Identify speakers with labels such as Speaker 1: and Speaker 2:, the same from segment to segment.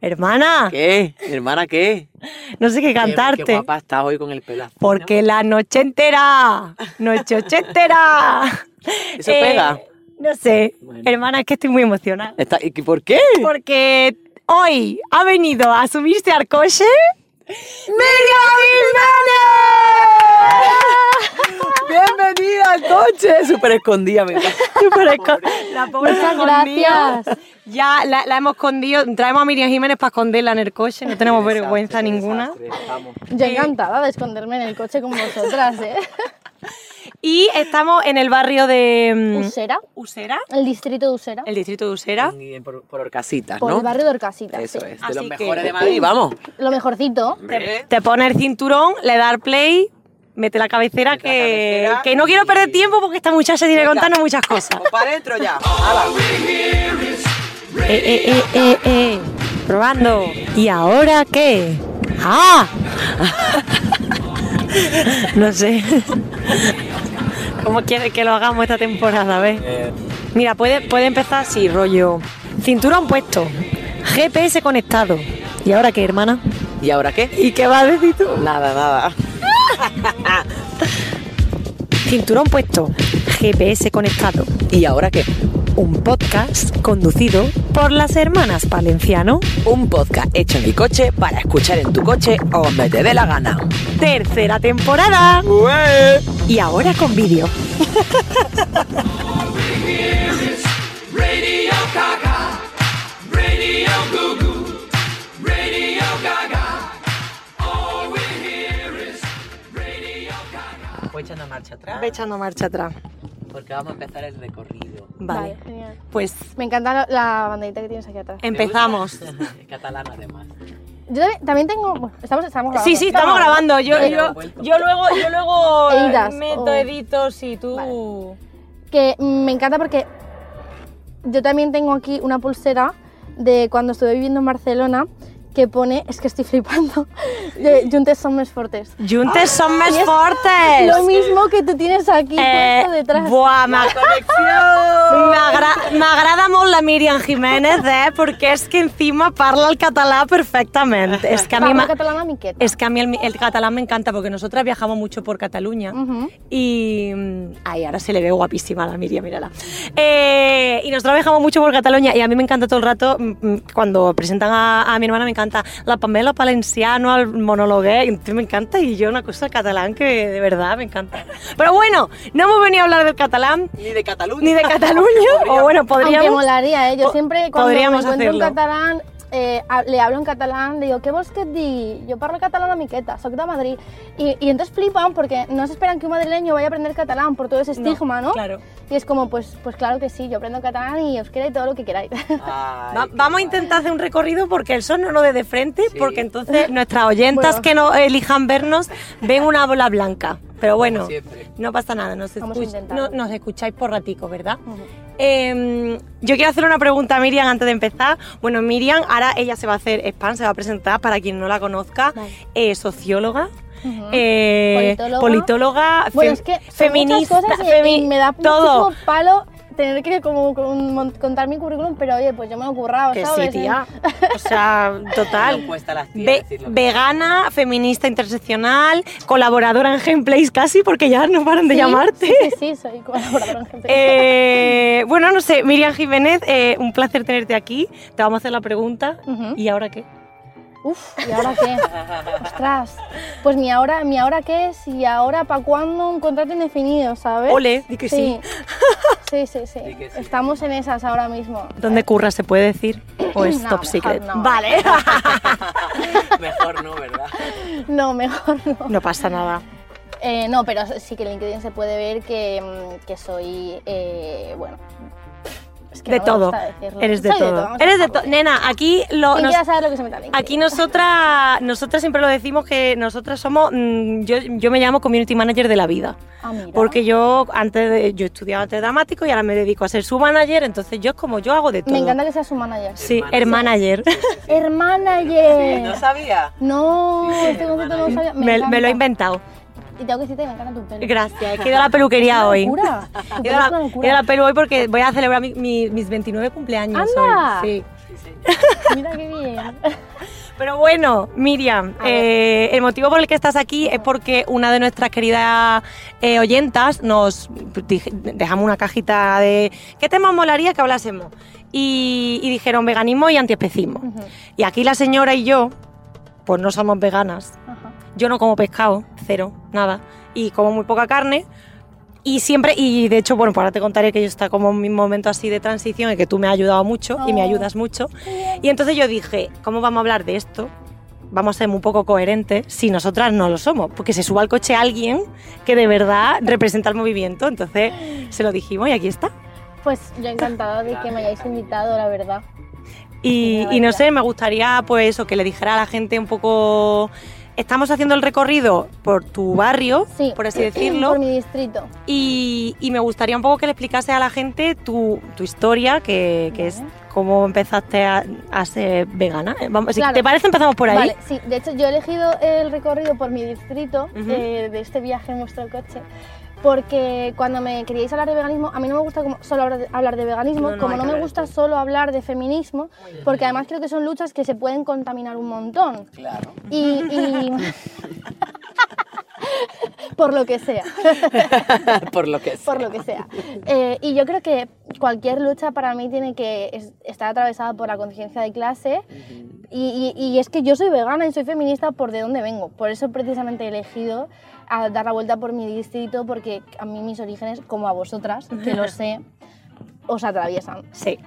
Speaker 1: Hermana,
Speaker 2: ¿Qué? ¿Mi hermana qué?
Speaker 1: no sé qué
Speaker 2: Qué, qué
Speaker 1: cantarte.
Speaker 2: guapa estás hoy con el pelazo.
Speaker 1: Porque la noche entera, noche entera.
Speaker 2: ¿Eso pega?
Speaker 1: No sé.
Speaker 2: Bueno.
Speaker 1: Hermana, es que estoy muy emocionada.
Speaker 2: Está- ¿y qué- ¿Por qué?
Speaker 1: Porque hoy ha venido a subirse al coche Miriam
Speaker 2: Bienvenida al coche. Súper escondida, mi
Speaker 1: Jiménez. la pobre
Speaker 3: Muchas
Speaker 1: escondida.
Speaker 3: gracias.
Speaker 1: Ya la, la hemos escondido. Traemos a Miriam Jiménez para esconderla en el coche. No tenemos vergüenza ninguna.
Speaker 3: Yo encantada de esconderme en el coche con vosotras, ¿eh?
Speaker 1: Y estamos en el barrio de mm,
Speaker 3: Usera,
Speaker 1: Usera,
Speaker 3: el distrito de Usera,
Speaker 1: el distrito de Usera.
Speaker 2: Por, por Orcasitas,
Speaker 3: por
Speaker 2: ¿no?
Speaker 3: el barrio de Orcasitas.
Speaker 2: Eso
Speaker 3: sí.
Speaker 2: es, de
Speaker 1: Así
Speaker 2: los
Speaker 1: que-
Speaker 2: mejores de Madrid, vamos.
Speaker 3: Lo mejorcito.
Speaker 1: Te, te pone el cinturón, le da al play, mete la cabecera,
Speaker 2: Mete la
Speaker 1: que,
Speaker 2: cabecera
Speaker 1: que no quiero
Speaker 2: y-
Speaker 1: perder tiempo porque esta muchacha tiene que contarnos muchas cosas.
Speaker 2: para adentro ya.
Speaker 1: Eh, eh, eh, eh, eh. Probando. ¿Y ahora qué? ¡Ah! No sé. ¿Cómo quieres que lo hagamos esta temporada? A ver.
Speaker 2: Eh,
Speaker 1: Mira, puede, puede empezar así, rollo. Cinturón puesto. GPS conectado. ¿Y ahora qué, hermana?
Speaker 2: ¿Y ahora qué?
Speaker 1: ¿Y qué vas a decir tú?
Speaker 2: Nada, nada.
Speaker 1: Cinturón puesto. GPS conectado.
Speaker 2: ¿Y ahora qué?
Speaker 1: Un podcast conducido por las hermanas Palenciano.
Speaker 2: Un podcast hecho en el coche para escuchar en tu coche o donde te dé la gana.
Speaker 1: Tercera temporada. Y ahora con vídeo.
Speaker 2: Voy echando marcha atrás
Speaker 1: echando marcha atrás.
Speaker 2: porque vamos a empezar el recorrido.
Speaker 1: Vale.
Speaker 3: genial.
Speaker 1: Pues
Speaker 3: Me encanta la- la banderita que tienes aquí atrás.
Speaker 1: empezamos.
Speaker 2: Catalana además.
Speaker 3: Yo también- también tengo. bueno, estamos, estamos grabando.
Speaker 1: Sí, sí, estamos grabando. Yo,
Speaker 2: Vale.
Speaker 1: yo, yo luego, yo luego
Speaker 3: Editas,
Speaker 1: meto
Speaker 3: o-
Speaker 1: editos y tú.
Speaker 3: Que mm, me encanta porque yo también tengo aquí una pulsera de cuando estuve viviendo en Barcelona que pone, es que estoy flipando, de Juntes son más fortes.
Speaker 1: Juntes son más
Speaker 3: Y es Lo
Speaker 1: fuertes.
Speaker 3: mismo que tú tienes aquí
Speaker 1: Eh,
Speaker 3: puesto detrás.
Speaker 1: buah, me, me, agra- me agrada molt la Miriam Jiménez, eh, porque es que encima parla el catalán perfectamente. Es que a mí,
Speaker 3: Parla
Speaker 1: ma-
Speaker 3: catalana miqueta.
Speaker 1: es que a mí el, el catalán me encanta porque nosotras viajamos mucho por Cataluña.
Speaker 3: Ujú.
Speaker 1: Y. mm, Ay, ahora se le ve guapísima a la Miriam, mírala. Eh, y nosotros viajamos mucho por Cataluña y a mí me encanta todo el rato, mm, mm, cuando presentan a, a mi hermana, me encanta la Pamela Palenciano, al monologué, y me encanta. Y yo, una cosa catalán que de verdad me encanta. Pero bueno, no hemos venido a hablar del catalán
Speaker 2: Ni de Cataluña.
Speaker 1: ni de Cataluña, o bueno,
Speaker 3: Aunque
Speaker 1: podríamos.
Speaker 3: molaría, ¿eh? Yo
Speaker 1: po-
Speaker 3: siempre cuando me
Speaker 1: podríamos
Speaker 3: encuentro un
Speaker 1: hacerlo.
Speaker 3: catalán, eh, ha- le hablo en catalán, le digo, ¿qué vols que et digui? Jo parlo catalán a miqueta, soc de Madrid. Y, y entonces flipan porque no se esperan que un madrileño vaya a aprender catalán por todo ese estigma, ¿no?
Speaker 1: Claro.
Speaker 3: Y es como, pues, pues claro que sí, yo aprendo catalán y euskera y todo lo que queráis.
Speaker 1: Va- vamos a intentar hacer un recorrido porque el sol no nos dé de frente,
Speaker 2: Sí.
Speaker 1: porque entonces nuestras oyentas
Speaker 3: Bueno.
Speaker 1: que no elijan vernos ven una bola blanca. Pero bueno,
Speaker 2: siempre.
Speaker 1: no pasa nada, nos,
Speaker 3: Vamos a
Speaker 1: escuch-
Speaker 3: intentarlo.
Speaker 1: no- nos escucháis por ratico, ¿verdad?
Speaker 3: Ujú.
Speaker 1: Eh, yo quiero hacer una pregunta a Miriam antes de empezar. Bueno, Miriam, ahora ella se va a hacer spam, se va a presentar para quien no la conozca,
Speaker 3: Vale.
Speaker 1: eh, socióloga.
Speaker 3: Ujú.
Speaker 1: eh,
Speaker 3: Politóloga.
Speaker 1: politóloga,
Speaker 3: Bueno,
Speaker 1: fem-
Speaker 3: es que son muchas
Speaker 1: feminista,
Speaker 3: cosas y-
Speaker 1: femi-
Speaker 3: y me da
Speaker 1: todo.
Speaker 3: muchísimo palo tener que como con- mon- contar mi currículum, pero oye, pues yo me lo he currado,
Speaker 1: Que sí,
Speaker 3: ¿sabes?
Speaker 1: tía. O sea, total.
Speaker 2: No cuesta las tías
Speaker 1: Ve-
Speaker 2: decirlo.
Speaker 1: vegana, feminista interseccional, colaboradora en Gameplays casi, porque ya no paran de
Speaker 3: Sí,
Speaker 1: llamarte.
Speaker 3: Sí, sí, sí, soy colaboradora en gente.
Speaker 1: Eh, bueno, no sé, Miriam Jiménez, eh, un placer tenerte aquí. Te vamos a hacer la pregunta.
Speaker 3: Ujú.
Speaker 1: ¿Y ahora qué?
Speaker 3: Uf, ¿y ahora qué? Ostras, pues mi ahora, mi ahora qué es y ahora para cuándo un contrato indefinido, ¿sabes?
Speaker 1: Ole, di que sí.
Speaker 3: Sí, sí, sí.
Speaker 2: Di que sí.
Speaker 3: Estamos en esas ahora mismo. Eh,
Speaker 1: ¿Dónde curra se puede decir? ¿O es
Speaker 3: No,
Speaker 1: top
Speaker 3: mejor
Speaker 1: secret?
Speaker 3: no.
Speaker 1: Vale.
Speaker 2: Mejor no, ¿verdad?
Speaker 3: No, mejor no.
Speaker 1: no pasa nada.
Speaker 3: Eh, no, pero sí que en LinkedIn se puede ver que, mm, que soy, eh, bueno, es que
Speaker 1: de
Speaker 3: no me
Speaker 1: todo.
Speaker 3: gusta decirlo.
Speaker 1: Eres de
Speaker 3: Soy
Speaker 1: todo.
Speaker 3: vamos a
Speaker 1: Eres de Ah,
Speaker 3: dejarlo.
Speaker 1: todo. Nena, aquí lo.
Speaker 3: ¿Quién
Speaker 1: nos-
Speaker 3: quiera saber lo que se meta en LinkedIn?
Speaker 1: Aquí nosotras, nosotras siempre lo decimos que nosotras somos, mm, yo, yo me llamo community manager de la vida.
Speaker 3: Ah, mira.
Speaker 1: Porque yo antes de- yo estudiaba arte dramático y ahora me dedico a ser su manager, entonces yo es como yo hago de todo.
Speaker 3: Me encanta que seas su manager.
Speaker 1: Sí, hermanager.
Speaker 3: Hermanager.
Speaker 2: No sabía.
Speaker 3: No, este concepto no lo sabía.
Speaker 1: Me, me lo he
Speaker 3: encanta.
Speaker 1: inventado.
Speaker 3: Y tengo que decirte que me encanta tu pelo.
Speaker 1: Gracias. He quedado a la peluquería hoy.
Speaker 3: Locura.
Speaker 1: He ido a la, he ido a la pelu hoy porque voy a celebrar mi- mi- mis 29 cumpleaños
Speaker 3: Anda.
Speaker 1: hoy. Sí. diseño.
Speaker 3: Mira qué bien.
Speaker 1: Pero bueno, Miriam,
Speaker 3: A ver.
Speaker 1: eh, el motivo por el que estás aquí es porque una de nuestras queridas eh, oyentas nos dij- dejamos una cajita de qué temas molaría que hablásemos. Y, y dijeron veganismo y antiespecismo.
Speaker 3: Ujú,
Speaker 1: Y aquí la señora y yo, pues no somos veganas.
Speaker 3: ajá.
Speaker 1: Yo no como pescado, cero, nada. Y como muy poca carne. Y siempre, y de hecho, bueno, pues ahora te contaré que yo está como en mi momento así de transición y que tú me has ayudado mucho y me
Speaker 3: Oh.
Speaker 1: ayudas mucho. Y entonces yo dije, ¿cómo vamos a hablar de esto? Vamos a ser un poco coherentes si nosotras no lo somos, porque se suba al coche alguien que de verdad representa el movimiento. Entonces se lo dijimos y aquí está.
Speaker 3: Pues yo encantada de que me hayáis invitado, la verdad.
Speaker 1: Y, y no sé, me gustaría pues eso, que le dijera a la gente un poco... Estamos haciendo el recorrido por tu barrio,
Speaker 3: Sí.
Speaker 1: por así decirlo,
Speaker 3: Por mi distrito.
Speaker 1: y, y me gustaría un poco que le explicase a la gente tu, tu historia, que, que es cómo empezaste a, a ser vegana. Eh, Vamos, si
Speaker 3: Claro.
Speaker 1: ¿Te parece empezamos por ahí?
Speaker 3: Vale, sí, de hecho yo he elegido el recorrido por mi distrito
Speaker 1: Ujú.
Speaker 3: eh, de este viaje en vuestro coche. Porque cuando me queríais hablar de veganismo, a mí no me gusta como solo hablar de, hablar de veganismo,
Speaker 1: No, no,
Speaker 3: como
Speaker 1: hay
Speaker 3: no
Speaker 1: que
Speaker 3: me
Speaker 1: hablar de
Speaker 3: gusta solo hablar de feminismo, porque además creo que son luchas que se pueden contaminar un montón.
Speaker 2: Claro.
Speaker 3: Y. y- por lo que sea.
Speaker 2: Por lo que
Speaker 3: por lo que sea. Eh, y yo creo que cualquier lucha para mí tiene que es- estar atravesada por la conciencia de clase. Y, y- y es que yo soy vegana y soy feminista por de dónde vengo. Por eso precisamente he elegido a dar la vuelta por mi distrito, porque a mí mis orígenes, como a vosotras, que lo sé, os atraviesan.
Speaker 1: Sí,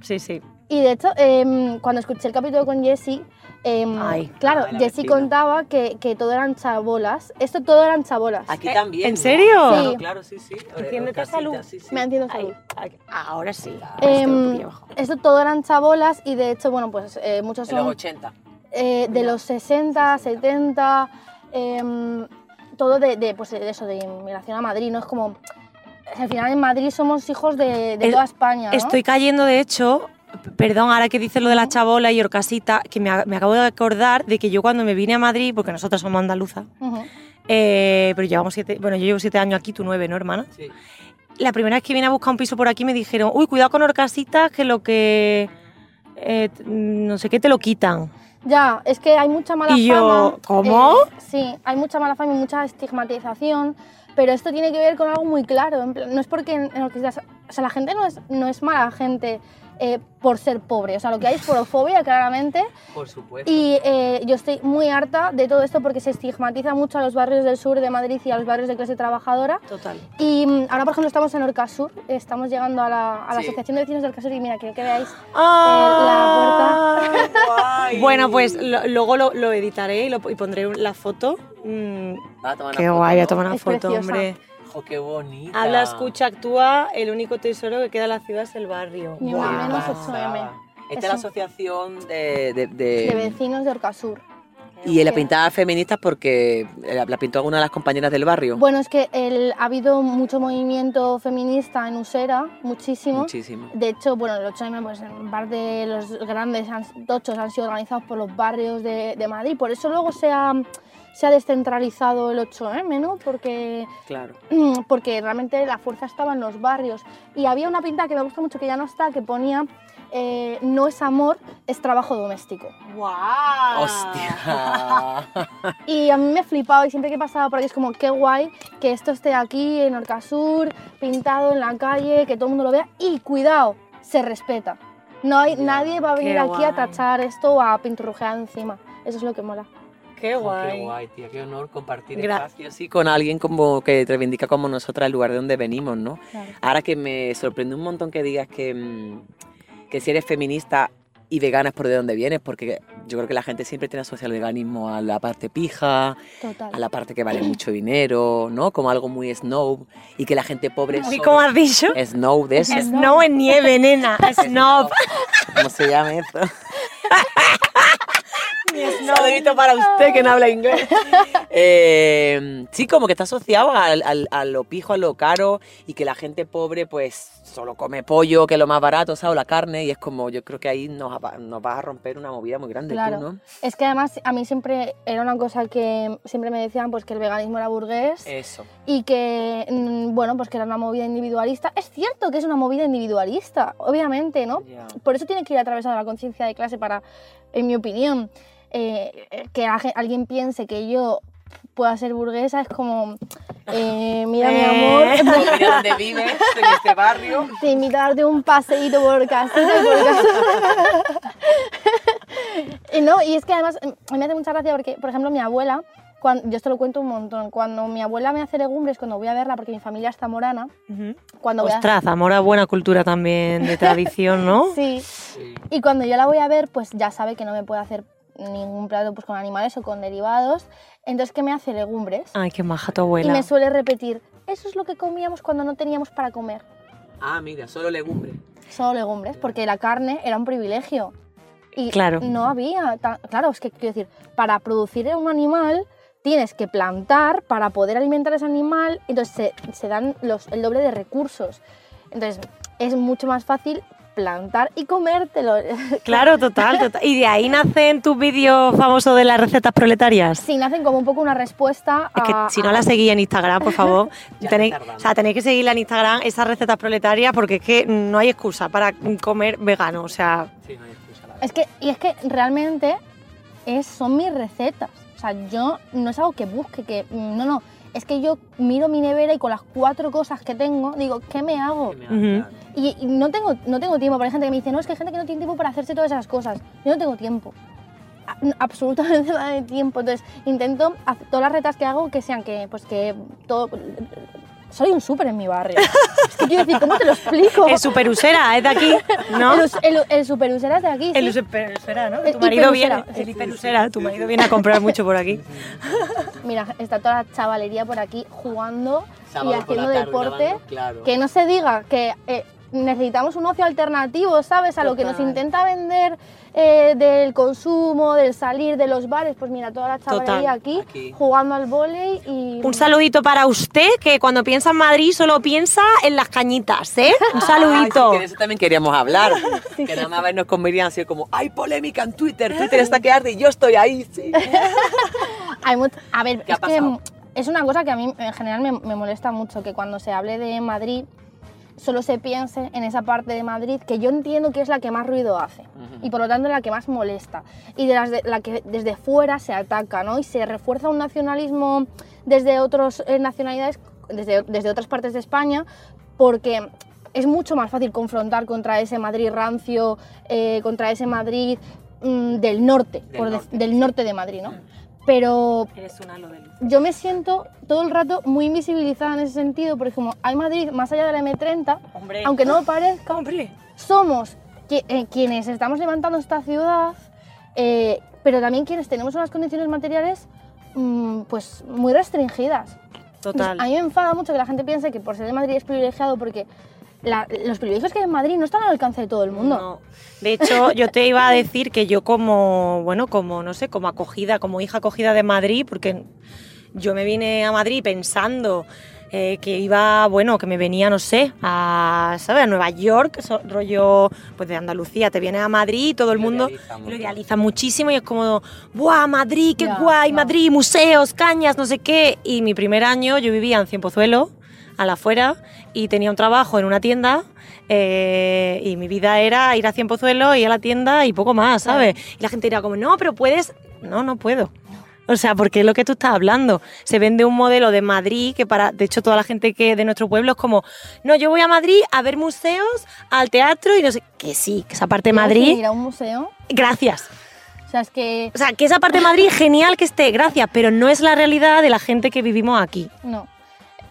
Speaker 1: sí, sí.
Speaker 3: Y de hecho, em, cuando escuché el capítulo con Jessie, em,
Speaker 1: Ay.
Speaker 3: claro,
Speaker 2: Ay, la
Speaker 3: Jessie
Speaker 2: vecina.
Speaker 3: contaba que, que todo eran chabolas. Esto todo eran chabolas.
Speaker 2: Aquí
Speaker 1: Eh,
Speaker 2: también.
Speaker 1: ¿en
Speaker 2: ¿no?
Speaker 1: serio?
Speaker 2: Claro,
Speaker 3: Sí.
Speaker 2: claro, sí, sí. O- o
Speaker 1: Enciéndete
Speaker 2: casita,
Speaker 1: salud.
Speaker 2: sí, sí.
Speaker 3: Me han sido salud.
Speaker 1: Ay, ahora sí.
Speaker 3: Em, esto todo eran chabolas y de hecho, bueno, pues eh, muchos
Speaker 2: De los
Speaker 3: son
Speaker 2: 80.
Speaker 3: eh, de los 60, 70, em, todo de, de, pues, de eso, de inmigración a Madrid, ¿no? Es como, al final en Madrid somos hijos de, de
Speaker 1: El-
Speaker 3: toda España, ¿no?
Speaker 1: Estoy cayendo, de hecho, p- perdón, ahora que dices lo de la chabola y orcasita, que me, a- me acabo de acordar de que yo cuando me vine a Madrid, porque nosotras somos andaluzas,
Speaker 3: Ujú.
Speaker 1: eh, pero llevamos siete, bueno, yo llevo siete años aquí, tú nueve, ¿no, hermana?
Speaker 2: Sí.
Speaker 1: La primera vez que vine a buscar un piso por aquí me dijeron, uy, cuidado con orcasitas, que lo que... eh, t- no sé qué te lo quitan.
Speaker 3: Ya, es que hay mucha mala
Speaker 1: Y yo,
Speaker 3: fama.
Speaker 1: ¿cómo?
Speaker 3: eh, sí, hay mucha mala fama y mucha estigmatización, pero esto tiene que ver con algo muy claro. en plan, no es porque en- en lo que seas- o sea, la gente no es, no es mala gente eh, por ser pobre. O sea, lo que hay es porofobia, claramente.
Speaker 2: Por supuesto.
Speaker 3: Y eh, yo estoy muy harta de todo esto porque se estigmatiza mucho a los barrios del sur de Madrid y a los barrios de clase trabajadora.
Speaker 1: Total.
Speaker 3: Y mm, ahora, por ejemplo, estamos en Orcasur, estamos llegando a la, a la
Speaker 2: Sí.
Speaker 3: Asociación de Vecinos del Orcasur y mira, quiero que veáis.
Speaker 1: Ah,
Speaker 3: la
Speaker 2: Guay.
Speaker 1: Bueno, pues lo- luego lo, lo editaré y, lo- y pondré un- la foto. Mm,
Speaker 2: Va a tomar una
Speaker 1: qué
Speaker 2: foto,
Speaker 1: guay, voy a
Speaker 2: ¿no?
Speaker 1: tomar una
Speaker 3: Es
Speaker 1: foto,
Speaker 3: preciosa.
Speaker 1: hombre.
Speaker 2: Ojo, qué bonita.
Speaker 1: Habla, escucha, actúa. El único tesoro que queda en la ciudad es el barrio.
Speaker 3: Ni
Speaker 2: Guau,
Speaker 3: más ni menos
Speaker 2: pasada.
Speaker 3: 8M.
Speaker 2: Esta es,
Speaker 3: Es
Speaker 2: la
Speaker 3: un-
Speaker 2: asociación de, de,
Speaker 3: De vecinos de Orcasur.
Speaker 2: Y la pintaba feminista porque eh, la, la pintó alguna de las compañeras del barrio.
Speaker 3: Bueno, es que el- ha habido mucho movimiento feminista en Usera, muchísimo.
Speaker 2: Muchísimo.
Speaker 3: De hecho, bueno, el 8M, pues en parte de los grandes han- tochos han sido organizados por los barrios de, de Madrid. Por eso luego se ha, se ha descentralizado el 8M, ¿no? Porque,
Speaker 2: Claro.
Speaker 3: Mm, porque realmente la fuerza estaba en los barrios. Y había una pinta que me gusta mucho, que ya no está, que ponía eh, no es amor, es trabajo doméstico.
Speaker 1: ¡Guau!
Speaker 2: Hostia.
Speaker 3: Y a mí me flipaba y siempre que pasaba por aquí es como qué guay que esto esté aquí en Orcasur, pintado en la calle, que todo el mundo lo vea y cuidado, se respeta. No hay, nadie va a venir
Speaker 1: qué
Speaker 3: aquí
Speaker 1: guay.
Speaker 3: a tachar esto o a pinturrujear encima. Eso es lo que mola.
Speaker 1: ¡Qué
Speaker 2: Qué
Speaker 1: guay!
Speaker 2: guay, tía, qué honor compartir
Speaker 1: Gra-
Speaker 2: espacio así con alguien como que te reivindica como nosotras el lugar de donde venimos, ¿no? Ahora que me sorprende un montón que digas que, mm, que si eres feminista y vegana es por de dónde vienes, porque yo creo que la gente siempre tiene asociado el veganismo a la parte pija,
Speaker 3: Total.
Speaker 2: a la parte que vale mucho dinero, ¿no? Como algo muy snow y que la gente pobre es
Speaker 1: ¿Y cómo has dicho?
Speaker 2: snow de eso.
Speaker 1: Snow en nieve, nena. Snow.
Speaker 2: ¿Cómo se llama eso?
Speaker 1: mi
Speaker 2: Saludito para usted que no habla inglés. Eh, sí, como que está asociado al- al- a lo pijo, a lo caro y que la gente pobre pues solo come pollo, que es lo más barato, ¿sabes? O la carne y es como yo creo que ahí nos, va- nos vas a romper una movida muy grande
Speaker 3: Claro.
Speaker 2: tú, ¿no?
Speaker 3: Es que además a mí siempre era una cosa que siempre me decían pues que el veganismo era burgués
Speaker 2: Eso.
Speaker 3: y que mm, bueno, pues que era una movida individualista. Es cierto que es una movida individualista, obviamente, ¿no?
Speaker 2: Ya.
Speaker 3: Por eso tiene que ir atravesada la conciencia de clase para, en mi opinión, eh, eh, que la gen- alguien piense que yo pueda ser burguesa es como, eh, mira mi
Speaker 1: Eh.
Speaker 3: amor,
Speaker 2: Mira dónde vives, en este barrio.
Speaker 3: te invito a darte un paseíto por casita, por casa. y no, y es que además eh, me hace mucha gracia porque, por ejemplo, mi abuela, cuando, yo esto lo cuento un montón, cuando mi abuela me hace legumbres, cuando voy a verla, porque mi familia es zamorana, cuando voy a...
Speaker 1: Ostras, amor a buena cultura también, de tradición, ¿no?
Speaker 3: Sí. Y cuando yo la voy a ver, pues ya sabe que no me puede hacer ningún plato pues, con animales o con derivados. Entonces, que me hace legumbres.
Speaker 1: Ay, qué maja tu
Speaker 3: y
Speaker 1: Ah, abuela.
Speaker 3: me suele repetir, eso es lo que comíamos cuando no teníamos para comer.
Speaker 2: Ah, mira, solo legumbres.
Speaker 3: Solo legumbres, porque la carne era un privilegio. Y
Speaker 1: Claro.
Speaker 3: no había... ta- Claro, es que quiero decir, para producir un animal tienes que plantar para poder alimentar a ese animal. Entonces, se, se dan los, el doble de recursos. Entonces, es mucho más fácil plantar y comértelo.
Speaker 1: Claro, total, total. Y de ahí nacen tus vídeos famosos de las recetas proletarias.
Speaker 3: Sí, Ah. nacen como un poco una respuesta
Speaker 1: Es que
Speaker 3: a-
Speaker 1: si
Speaker 3: a-
Speaker 1: no la seguís en Instagram, por favor,
Speaker 2: Ya
Speaker 1: tenéis,
Speaker 2: está tardando.
Speaker 1: o sea, tenéis que seguirla en Instagram, esas recetas proletarias, porque es que no hay excusa para comer vegano. O sea,
Speaker 2: Sí, no hay excusa. la verdad.
Speaker 3: Es que, y es que realmente es, son mis recetas. O sea, yo no es algo que busque, que. mm, No, no. Es que yo miro mi nevera y con las cuatro cosas que tengo, digo, ¿qué me hago?
Speaker 2: Que me
Speaker 1: Ujú.
Speaker 2: hagan.
Speaker 3: Y, y no, tengo, no tengo tiempo. Pero hay gente que me dice, no, es que hay gente que no tiene tiempo para hacerse todas esas cosas. Yo no tengo tiempo. A- n- absolutamente nada de tiempo. Entonces, intento hacer todas las retas que hago que sean que, pues que todo. Soy un súper en mi barrio. Es que quiero decir, ¿cómo te lo explico?
Speaker 1: es super usera, es de aquí, ¿no?
Speaker 3: El, us- el, el superusera es de aquí.
Speaker 1: El
Speaker 3: sí.
Speaker 1: superusera, ¿no?
Speaker 3: El
Speaker 1: Tu marido viene,
Speaker 3: hiperusera.
Speaker 1: el hiperusera, tu marido viene a comprar mucho por aquí.
Speaker 3: Mira, está toda la chavalería por aquí jugando
Speaker 2: Sábado
Speaker 3: y
Speaker 2: por la
Speaker 3: haciendo
Speaker 2: tarde,
Speaker 3: deporte.
Speaker 2: grabando, claro.
Speaker 3: Que no se diga que eh, necesitamos un ocio alternativo, ¿sabes? A lo que nos
Speaker 2: Total.
Speaker 3: intenta vender eh, del consumo, del salir, de los bares. Pues mira, toda la chavalería
Speaker 1: Total,
Speaker 3: aquí,
Speaker 2: aquí.
Speaker 3: jugando al volei y...
Speaker 1: Un saludito para usted, que cuando piensa en Madrid solo piensa en las cañitas, ¿eh? Un saludito.
Speaker 2: Ay, Ah, sí, que de eso también queríamos hablar. que nada más vernos con Miriam, así como, hay polémica en Twitter, Twitter está que arde y yo estoy ahí, sí.
Speaker 3: Hay mucho- a ver,
Speaker 2: ¿Qué ha
Speaker 3: es que
Speaker 2: pasado?
Speaker 3: es una cosa que a mí en general me, me molesta mucho, que cuando se hable de Madrid solo se piense en esa parte de Madrid que yo entiendo que es la que más ruido hace y por lo tanto la que más molesta y de, las de- la que desde fuera se ataca ¿no? y se refuerza un nacionalismo desde otras nacionalidades, desde, desde otras partes de España, porque es mucho más fácil confrontar contra ese Madrid rancio, eh, contra ese Madrid mm, del norte,
Speaker 2: Del
Speaker 3: por dec-
Speaker 2: norte, Mm.
Speaker 3: del norte de Madrid, ¿no? Pero
Speaker 1: Eres un halo de luz.
Speaker 3: yo me siento todo el rato muy invisibilizada en ese sentido, porque como hay Madrid más allá de la M30,
Speaker 1: Hombre.
Speaker 3: aunque no lo parezca,
Speaker 1: Hombre.
Speaker 3: somos qui- eh, quienes estamos levantando esta ciudad, eh, pero también quienes tenemos unas condiciones materiales mm, pues muy restringidas. Entonces,
Speaker 1: Total.
Speaker 3: a mí me enfada mucho que la gente piense que por ser de Madrid es privilegiado, porque la- los privilegios que hay en Madrid no están al alcance de todo el mundo.
Speaker 1: No. De hecho, yo te iba a decir que yo como, bueno, como, no sé, como acogida, como hija acogida de Madrid, porque yo me vine a Madrid pensando eh, que iba, bueno, que me venía, no sé, a, ¿sabes? A Nueva York, eso, rollo, pues de Andalucía, te vienes a Madrid y todo el
Speaker 2: Lo
Speaker 1: mundo
Speaker 2: idealiza mucho.
Speaker 1: lo idealiza muchísimo y es como, ¡buah, Madrid, qué
Speaker 3: Ya,
Speaker 1: guay,
Speaker 3: no.
Speaker 1: Madrid, museos, cañas, no sé qué! Y mi primer año yo vivía en Cienpozuelo, a la afuera, y tenía un trabajo en una tienda eh, y mi vida era ir a Cienpozuelo, ir a la tienda y poco más, ¿sabes? Y la gente era como, no, pero puedes... No, no puedo. O sea, porque es lo que tú estás hablando. Se vende un modelo de Madrid que para, de hecho, toda la gente que de nuestro pueblo es como, no, yo voy a Madrid a ver museos, al teatro y no sé, que sí, que esa parte de
Speaker 3: Tienes que
Speaker 1: Madrid,
Speaker 3: Ir a un museo,
Speaker 1: gracias.
Speaker 3: o sea, es que
Speaker 1: O sea, que esa parte de Madrid, genial que esté, gracias, pero no es la realidad de la gente que vivimos aquí.
Speaker 3: No.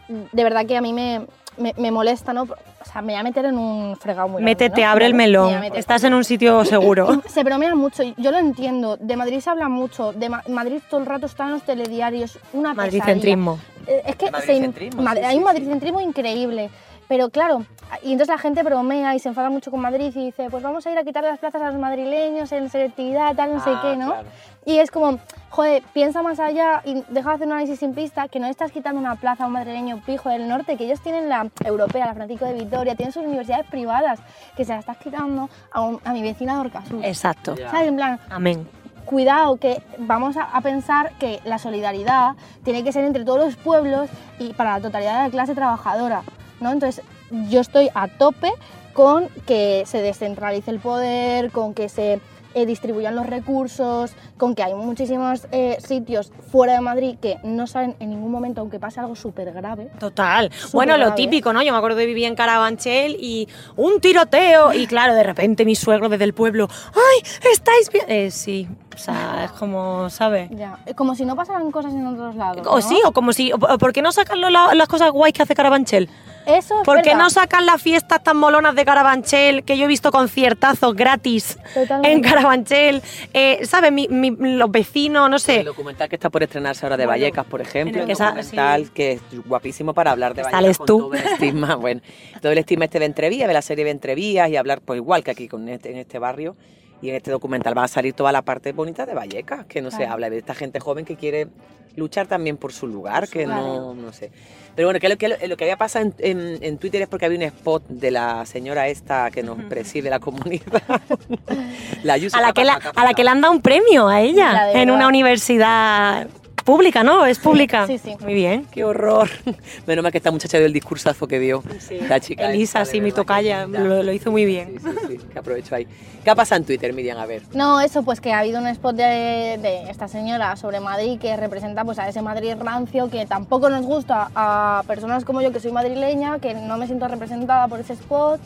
Speaker 3: De verdad que a mí me, me, me molesta, ¿no? O sea, me voy a meter en un fregado muy grande,
Speaker 1: Métete,
Speaker 3: ¿no?
Speaker 1: abre el
Speaker 3: Me voy a
Speaker 1: melón,
Speaker 3: meter.
Speaker 1: estás en un sitio seguro.
Speaker 3: Se bromea mucho, yo lo entiendo. De Madrid se habla mucho. De Ma- Madrid todo el rato está en los telediarios. Una
Speaker 1: Madrid
Speaker 3: pesadilla.
Speaker 1: centrismo.
Speaker 3: Eh, Es que
Speaker 2: De
Speaker 3: se in-
Speaker 2: madridcentrismo,
Speaker 3: Madrid-
Speaker 2: sí,
Speaker 3: hay
Speaker 2: sí,
Speaker 3: un
Speaker 2: sí.
Speaker 3: madridcentrismo increíble. Pero claro, y entonces la gente bromea y se enfada mucho con Madrid y dice, pues vamos a ir a quitar las plazas a los madrileños en selectividad, tal, no sé
Speaker 2: Ah,
Speaker 3: qué, ¿no?
Speaker 2: claro.
Speaker 3: Y es como, joder, piensa más allá y deja de hacer un análisis simplista, que no le estás quitando una plaza a un madrileño pijo del norte, que ellos tienen la europea, la Francisco de Vitoria, tienen sus universidades privadas, que se la estás quitando a, un- a mi vecina de Orcasur.
Speaker 1: Exacto.
Speaker 2: Ya.
Speaker 3: ¿Sabes? En plan,
Speaker 1: Amén.
Speaker 3: cuidado, que vamos a, a pensar que la solidaridad tiene que ser entre todos los pueblos y para la totalidad de la clase trabajadora, ¿no? Entonces, yo estoy a tope con que se descentralice el poder, con que se eh, distribuyan los recursos, con que hay muchísimos eh, sitios fuera de Madrid que no saben en ningún momento, aunque pase algo súper grave.
Speaker 1: Total. bueno, lo
Speaker 3: grave.
Speaker 1: típico, ¿no? Yo me acuerdo de vivir en Carabanchel y un tiroteo. Y claro, de repente mi suegro desde el pueblo, ¡ay! ¿Estáis bien? Eh, sí. O sea, es como, ¿sabes?
Speaker 3: Ya, eh, como si no pasaran cosas en otros lados.
Speaker 1: O
Speaker 3: ¿no?
Speaker 1: Oh, sí, o como si. o- o ¿Por qué no sacan lo- la- las cosas guays que hace Carabanchel?
Speaker 3: Eso es
Speaker 1: oh, ¿Por qué
Speaker 3: verdad.
Speaker 1: no sacan las fiestas tan molonas de Carabanchel que yo he visto conciertazos gratis
Speaker 3: Totalmente.
Speaker 1: en Carabanchel? Eh, ¿Sabes? Mi- mi- los vecinos, no
Speaker 2: El
Speaker 1: sé.
Speaker 2: documental que está por estrenarse ahora de
Speaker 1: Bueno,
Speaker 2: Vallecas, por ejemplo,
Speaker 1: en
Speaker 2: el
Speaker 1: el que sa-
Speaker 2: documental
Speaker 1: sí.
Speaker 2: que es guapísimo para hablar de
Speaker 1: Que
Speaker 2: Vallecas
Speaker 1: sales
Speaker 2: con
Speaker 1: tú.
Speaker 2: todo el estigma, bueno, todo el estigma este de entrevías, de la serie de entrevías y hablar pues igual que aquí con este- en este barrio y en este documental va a salir toda la parte bonita de Vallecas, que no se
Speaker 3: Claro.
Speaker 2: habla de esta gente joven que quiere luchar también por su lugar, que no,
Speaker 3: barrio.
Speaker 2: no sé. Pero bueno, que lo que, lo- lo que había pasado en, en- en Twitter es porque había un spot de la señora esta que nos preside la comunidad. la Yusu
Speaker 1: A la, que la-
Speaker 2: Capacapa.
Speaker 1: a la que le han dado un premio a
Speaker 3: La
Speaker 1: ella
Speaker 3: de
Speaker 1: en una
Speaker 3: verdad.
Speaker 1: universidad pública, ¿no? Es pública.
Speaker 3: sí, sí.
Speaker 1: Muy bien.
Speaker 2: ¡Qué horror! Menos mal que esta muchacha dio el discursazo que dio. La chica.
Speaker 1: Elisa,
Speaker 2: esta, de
Speaker 1: sí, mi
Speaker 2: verdad que
Speaker 1: tocaya,
Speaker 2: linda.
Speaker 1: lo, lo hizo muy
Speaker 2: Sí,
Speaker 1: bien.
Speaker 2: sí, sí, que aprovecho ahí. ¿Qué pasa en Twitter, Miriam? A ver.
Speaker 3: No, eso, pues que ha habido un spot de, de esta señora sobre Madrid que representa pues, a ese Madrid rancio que tampoco nos gusta a personas como yo que soy madrileña, que no me siento representada por ese spot.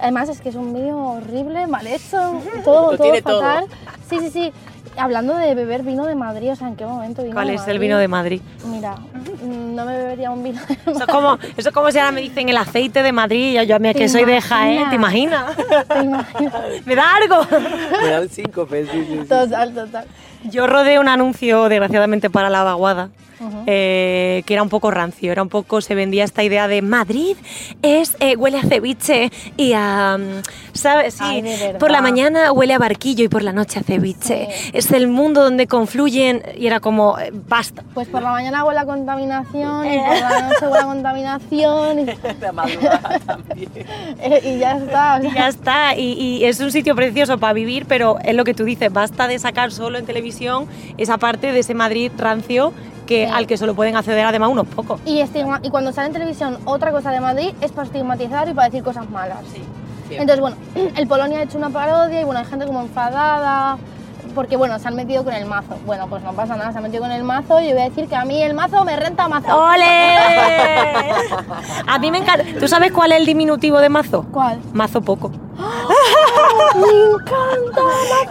Speaker 3: Además es que es un vídeo horrible, mal hecho, todo,
Speaker 2: Lo
Speaker 3: todo
Speaker 2: tiene todo.
Speaker 3: fatal. Sí, sí, sí. Hablando de beber vino de Madrid, o sea, ¿en qué momento vino
Speaker 1: ¿Cuál
Speaker 3: de
Speaker 1: es el vino de
Speaker 3: Madrid?
Speaker 1: Madrid?
Speaker 3: Mira, mm, no me bebería un vino de
Speaker 1: Eso es como, eso es como si ahora me dicen el aceite de Madrid. Yo, yo a mí
Speaker 3: ¿Te
Speaker 1: que soy de Jaén, ¿te imaginas?
Speaker 3: imaginas? ¿Te imaginas?
Speaker 1: ¡Me da algo!
Speaker 2: Me dan cinco pesos. sí, sí, sí.
Speaker 3: Total, total.
Speaker 1: Yo rodé un anuncio, desgraciadamente, para la vaguada.
Speaker 3: Ujú.
Speaker 1: eh, que era un poco rancio, era un poco, se vendía esta idea de Madrid es, eh, huele a ceviche y a, mm, ¿sabes? Sí,
Speaker 3: Ay, de
Speaker 1: por la
Speaker 3: verdad.
Speaker 1: mañana huele a barquillo y por la noche a ceviche.
Speaker 3: Sí.
Speaker 1: Es el mundo donde confluyen y era como, eh, basta.
Speaker 3: Pues por la mañana huele a contaminación y por la noche huele a contaminación y,
Speaker 2: La madrugada también.
Speaker 3: eh, y ya está. o sea,
Speaker 1: Y ya está, y, y es un sitio precioso para vivir, pero es lo que tú dices, basta de sacar solo en televisión esa parte de ese Madrid rancio que,
Speaker 3: Sí.
Speaker 1: al que solo pueden acceder además unos pocos.
Speaker 3: Y, estigma- y cuando sale en televisión otra cosa de Madrid es para estigmatizar y para decir cosas malas. Entonces, bueno, el Polonia ha hecho una parodia y bueno, hay gente como enfadada porque bueno, se han metido con el mazo. Bueno, pues no pasa nada, se han metido con el mazo y yo voy a decir que a mí el mazo me renta mazo.
Speaker 1: ¡Ole! A mí me encanta. ¿Tú sabes cuál es el diminutivo de mazo?
Speaker 3: ¿Cuál?
Speaker 1: Mazo poco.
Speaker 3: ¡Oh! ¡Me encanta!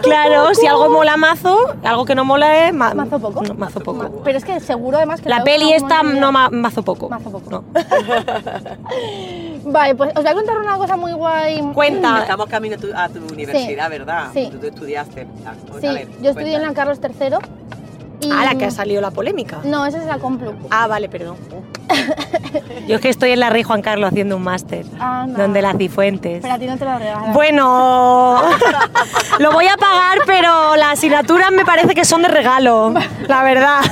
Speaker 1: Claro, si algo mola mazo, algo que no mola es ma-
Speaker 3: ¿Mazo poco?
Speaker 1: no, mazo poco.
Speaker 3: Ma- Pero es que seguro además que...
Speaker 1: La
Speaker 3: luego
Speaker 1: peli
Speaker 3: no
Speaker 1: esta
Speaker 3: hemos
Speaker 1: no ma- mazo poco.
Speaker 3: Mazo poco.
Speaker 1: No.
Speaker 3: Vale, pues os voy a contar una cosa muy guay.
Speaker 1: Cuenta.
Speaker 2: Estamos camino tu- a tu universidad, ¿verdad?
Speaker 3: sí.
Speaker 2: Tú, tú estudiaste. Ah, pues,
Speaker 3: Sí,
Speaker 2: a ver,
Speaker 3: yo estudié en la
Speaker 2: cuéntanos.
Speaker 3: Carlos III. Y... Mm.
Speaker 1: A la que ha salido la polémica.
Speaker 3: No, esa es la Complu.
Speaker 1: Ah, vale, perdón. Yo es que estoy en la Rey Juan Carlos haciendo un máster.
Speaker 3: Anda.
Speaker 1: Donde las cifuentes.
Speaker 3: Pero a ti no te la regalan.
Speaker 1: Bueno, lo voy a pagar, pero las asignaturas me parece que son de regalo, la verdad.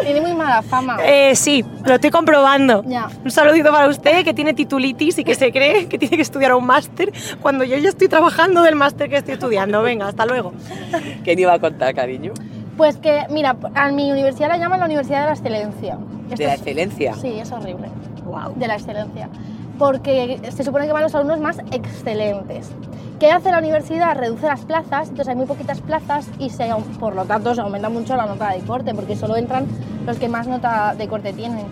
Speaker 3: Tiene muy mala fama.
Speaker 1: Eh, sí, lo estoy comprobando.
Speaker 3: Ya.
Speaker 1: Un saludito para usted que tiene titulitis y que se cree que tiene que estudiar un máster cuando yo ya estoy trabajando del máster que estoy estudiando. Venga, hasta luego.
Speaker 2: ¿Qué me iba a contar, cariño?
Speaker 3: Pues que, mira, a mi universidad la llaman la Universidad de la Excelencia. Esto
Speaker 2: De la
Speaker 3: es-
Speaker 2: excelencia.
Speaker 3: Sí, es horrible.
Speaker 1: Wow.
Speaker 3: De la excelencia. Porque se supone que van los alumnos más excelentes. ¿Qué hace la universidad? Reduce las plazas, entonces hay muy poquitas plazas y se, au- por lo tanto se aumenta mucho la nota de corte, porque solo entran los que más nota de corte tienen.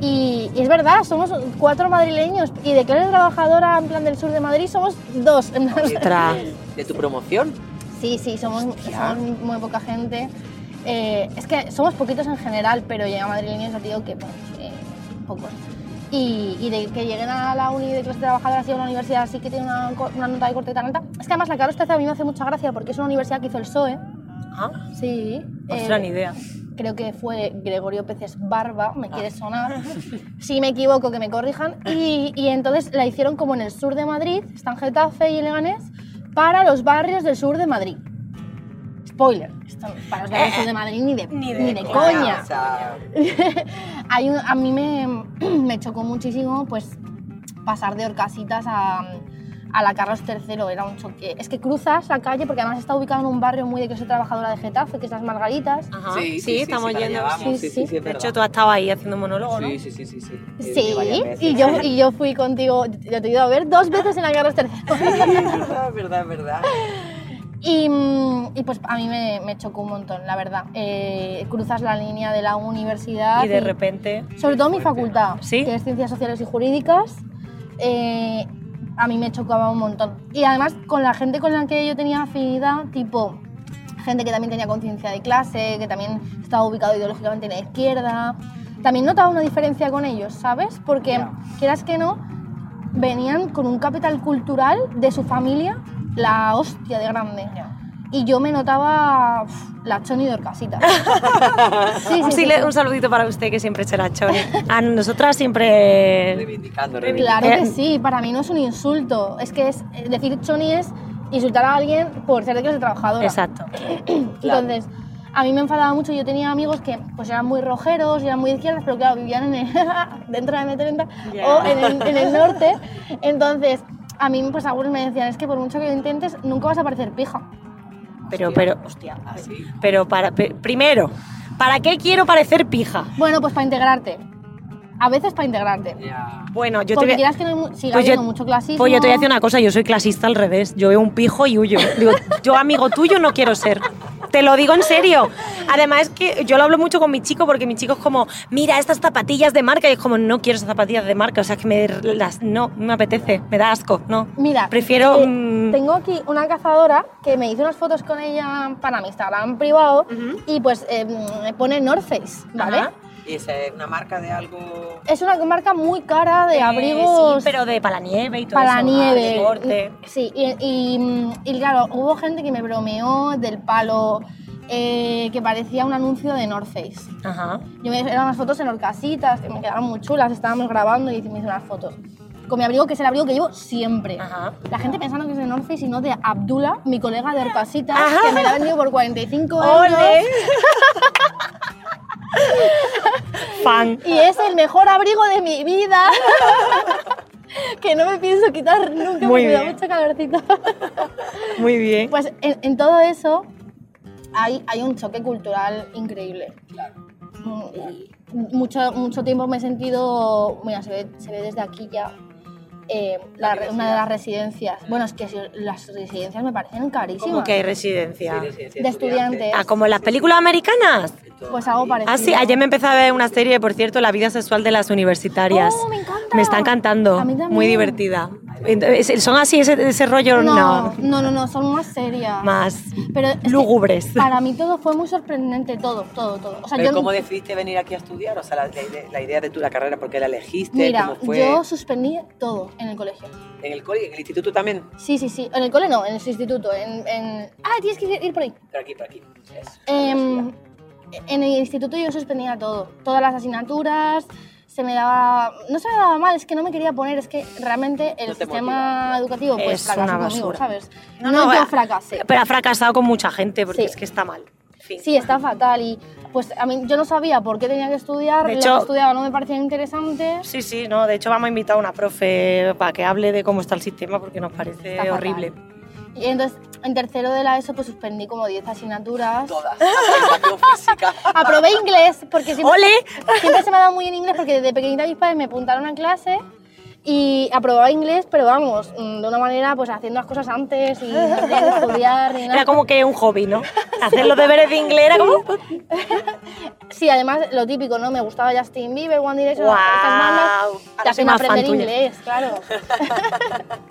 Speaker 3: Y, y es verdad, somos cuatro madrileños y de clase trabajadora en plan del sur de Madrid somos dos. en plan-
Speaker 1: Ostras.
Speaker 2: De tu promoción.
Speaker 3: Sí, sí, somos,
Speaker 2: Hostia.
Speaker 3: somos muy poca gente. Eh, es que somos poquitos en general, pero ya madrileños ya te digo que pues, eh, pocos. Y, y de que lleguen a la uni de clase trabajadora así a una universidad así que tiene una, co- una nota de corte tan alta. Es que además la Carlos III a mí me hace mucha gracia porque es una universidad que hizo el PSOE.
Speaker 1: Ah,
Speaker 3: Sí. E. eh,
Speaker 1: ostras, ni idea.
Speaker 3: creo que fue Gregorio Peces Barba, me quiere sonar, si me equivoco que me corrijan, y, y entonces la hicieron como en el sur de Madrid, están Getafe y Leganés, para los barrios del sur de Madrid. Spoiler, esto para los barrios del sur de Madrid ni de, Eh, ni de, coña.
Speaker 2: O sea,
Speaker 3: Hay un- a mí me, me chocó muchísimo pues pasar de Orcasitas a, a la Carlos III, era un choque. Es que cruzas la calle porque además está ubicado en un barrio muy de que soy trabajadora de Getafe, que es Las Margaritas.
Speaker 1: Ajá.
Speaker 2: sí, sí, sí,
Speaker 1: estamos
Speaker 2: para allá
Speaker 1: yendo.
Speaker 2: vamos,
Speaker 3: sí,
Speaker 2: Sí, sí,
Speaker 3: sí.
Speaker 2: sí, es
Speaker 1: De hecho,
Speaker 2: verdad.
Speaker 1: tú has estado ahí haciendo monólogo, ¿no?
Speaker 2: Sí, sí, sí, sí, sí. He ido
Speaker 3: Sí,
Speaker 2: varias veces.
Speaker 3: y yo, y yo fui contigo, yo te he ido a ver dos veces en la Carlos III.
Speaker 2: Sí, es verdad, es verdad, es verdad.
Speaker 3: Y, mm, y pues a mí me, me chocó un montón, la verdad. Eh, cruzas la línea de la universidad.
Speaker 1: Y de repente...
Speaker 3: Sobre todo mi
Speaker 2: Fuerte, ¿no?
Speaker 3: facultad,
Speaker 1: Sí.
Speaker 3: que es Ciencias Sociales y Jurídicas, eh, a mí me chocaba un montón. Y además con la gente con la que yo tenía afinidad, tipo gente que también tenía conciencia de clase, que también estaba ubicado ideológicamente en la izquierda, también notaba una diferencia con ellos, ¿sabes? Porque,
Speaker 2: Ya.
Speaker 3: quieras que no, venían con un capital cultural de su familia, la hostia de grande. Y yo me notaba uf, la choni de Orcasita. Sí,
Speaker 1: un,
Speaker 3: sí,
Speaker 1: sile-
Speaker 3: sí.
Speaker 1: un saludito para usted, que siempre será Choni. A nosotras siempre...
Speaker 2: Reivindicando, reivindicando.
Speaker 3: Claro
Speaker 1: Eh,
Speaker 3: que sí, para mí no es un insulto. Es que es eh, decir choni es insultar a alguien por ser de clase trabajadora.
Speaker 1: Exacto.
Speaker 2: claro.
Speaker 3: Entonces, a mí me enfadaba mucho. Yo tenía amigos que pues eran muy rojeros, y eran muy izquierdas, pero claro, vivían en el- dentro de la M30
Speaker 1: Ya.
Speaker 3: o en el, en el norte. Entonces, a mí pues algunos me decían, es que por mucho que lo intentes, nunca vas a parecer pija.
Speaker 1: Pero,
Speaker 2: Hostia.
Speaker 1: pero... Hostia.
Speaker 2: Así.
Speaker 1: Pero para... pe- primero, ¿para qué quiero parecer pija?
Speaker 3: Bueno, pues para integrarte. A veces para integrarte.
Speaker 2: Ya.
Speaker 1: Bueno, yo
Speaker 3: Porque
Speaker 1: te voy a-
Speaker 3: quieras que no hay mu- siga
Speaker 1: Pues yo-
Speaker 3: habiendo mucho clasismo.
Speaker 1: Pues yo te voy a decir una cosa, yo soy clasista al revés. Yo veo un pijo y huyo. Digo, yo amigo tuyo no quiero ser. Te lo digo en serio. Además es que yo lo hablo mucho con mi chico porque mi chico es como, mira estas zapatillas de marca y es como, no quiero esas zapatillas de marca, o sea que me las no me apetece, me da asco, no.
Speaker 3: Mira,
Speaker 1: prefiero
Speaker 3: eh,
Speaker 1: mm,
Speaker 3: tengo aquí una cazadora que me hizo unas fotos con ella para mi Instagram privado y pues eh, me pone North Face, ¿vale?
Speaker 1: Ajá.
Speaker 2: Y esa es una marca de algo.
Speaker 3: Es una marca muy cara de
Speaker 1: eh,
Speaker 3: abrigos
Speaker 1: sí, pero de palanieve y todo
Speaker 3: para
Speaker 1: eso,
Speaker 3: nieve.
Speaker 1: de deporte.
Speaker 3: Sí, y, y, mm, y claro, hubo gente que me bromeó del palo eh, que parecía un anuncio de North Face.
Speaker 1: Ajá.
Speaker 3: Yo me eran unas fotos en Orcasitas que me quedaron muy chulas, estábamos grabando y me hice unas fotos. Con mi abrigo, que es el abrigo que llevo siempre.
Speaker 1: Ajá.
Speaker 3: La gente pensando que es de North Face y no de Abdullah, mi colega de Orcasitas,
Speaker 1: Ajá.
Speaker 3: que me la ha vendido por 45 euros.
Speaker 1: ¡Ole! Fan.
Speaker 3: Y es el mejor abrigo de mi vida. que no me pienso quitar nunca,
Speaker 1: Muy
Speaker 3: porque me da
Speaker 1: bien.
Speaker 3: mucho calorcito.
Speaker 1: Muy bien.
Speaker 3: pues en, en todo eso hay, hay un choque cultural increíble. Mm, Mucho, mucho tiempo me he sentido, mira, se ve, se ve desde aquí ya, eh, la re- una de las residencias. Bueno, es que si- las residencias me parecen carísimas.
Speaker 1: Como que hay residencia.
Speaker 2: Sí, sí, sí,
Speaker 3: De estudiantes.
Speaker 1: Ah, como en las películas americanas.
Speaker 3: Pues algo parecido.
Speaker 1: Ah, sí, ayer me empecé a ver una serie, por cierto, La vida sexual de las universitarias.
Speaker 3: ¡Oh, me encanta!
Speaker 1: Me está encantando.
Speaker 3: A mí también.
Speaker 1: Muy divertida. Entonces, ¿Son así ese, ese rollo?
Speaker 3: No,
Speaker 1: No.
Speaker 3: no, no, no, son más serias.
Speaker 1: Más
Speaker 3: Pero es que
Speaker 1: lúgubres.
Speaker 3: Para mí todo fue muy sorprendente, todo, todo, todo. O sea,
Speaker 2: Pero
Speaker 3: yo
Speaker 2: ¿cómo decidiste venir aquí a estudiar? O sea, la, la ide- la idea de tu la carrera, ¿por qué la elegiste?
Speaker 3: Mira,
Speaker 2: ¿Cómo fue?
Speaker 3: yo suspendí todo en el colegio.
Speaker 2: ¿En el colegio? ¿En el instituto también?
Speaker 3: Sí, sí, sí. En el cole no, en el instituto. En, en- Ah, tienes que ir por ahí.
Speaker 2: Por aquí, por aquí. Eso.
Speaker 3: Em, en el instituto yo suspendía todo. Todas las asignaturas, se me daba... No se me daba mal, es que no me quería poner. Es que realmente el
Speaker 2: No te
Speaker 3: sistema educativo pues
Speaker 1: Es
Speaker 3: fracasó
Speaker 1: una
Speaker 3: conmigo,
Speaker 1: basura.
Speaker 3: ¿sabes?
Speaker 1: No,
Speaker 3: No,
Speaker 1: no,
Speaker 3: yo
Speaker 1: eh,
Speaker 3: fracasé.
Speaker 1: Pero ha fracasado con mucha gente, porque
Speaker 3: Sí.
Speaker 1: es que está mal. En fin.
Speaker 3: Sí, está fatal y pues a mí yo no sabía por qué tenía que estudiar,
Speaker 1: De
Speaker 3: lo
Speaker 1: hecho-
Speaker 3: que estudiaba no me parecía interesante.
Speaker 1: Sí, sí, no. De hecho, vamos a invitar a una profe para que hable de cómo está el sistema, porque nos parece
Speaker 3: Está fatal.
Speaker 1: horrible.
Speaker 3: Y entonces, en tercero de la ESO, pues suspendí como 10 asignaturas.
Speaker 2: Todas. Educación física.
Speaker 3: Aprobé inglés, porque siempre,
Speaker 1: ¡Ole!
Speaker 3: siempre se me ha dado muy bien inglés, porque desde pequeñita mis padres me apuntaron a clase y aprobaba inglés, pero vamos, mm, de una manera, pues haciendo las cosas antes y no tenía que estudiar ni
Speaker 1: Era
Speaker 3: nada.
Speaker 1: como que un hobby, ¿no? Hacer los deberes de inglés era como...
Speaker 3: Sí, además, lo típico, ¿no? Me gustaba Justin Bieber, One Direction,
Speaker 1: Guau.
Speaker 3: estas bandas,
Speaker 1: Ahora
Speaker 3: te
Speaker 1: soy
Speaker 3: hacen
Speaker 1: más fan
Speaker 3: aprender
Speaker 1: tuya.
Speaker 3: inglés, claro.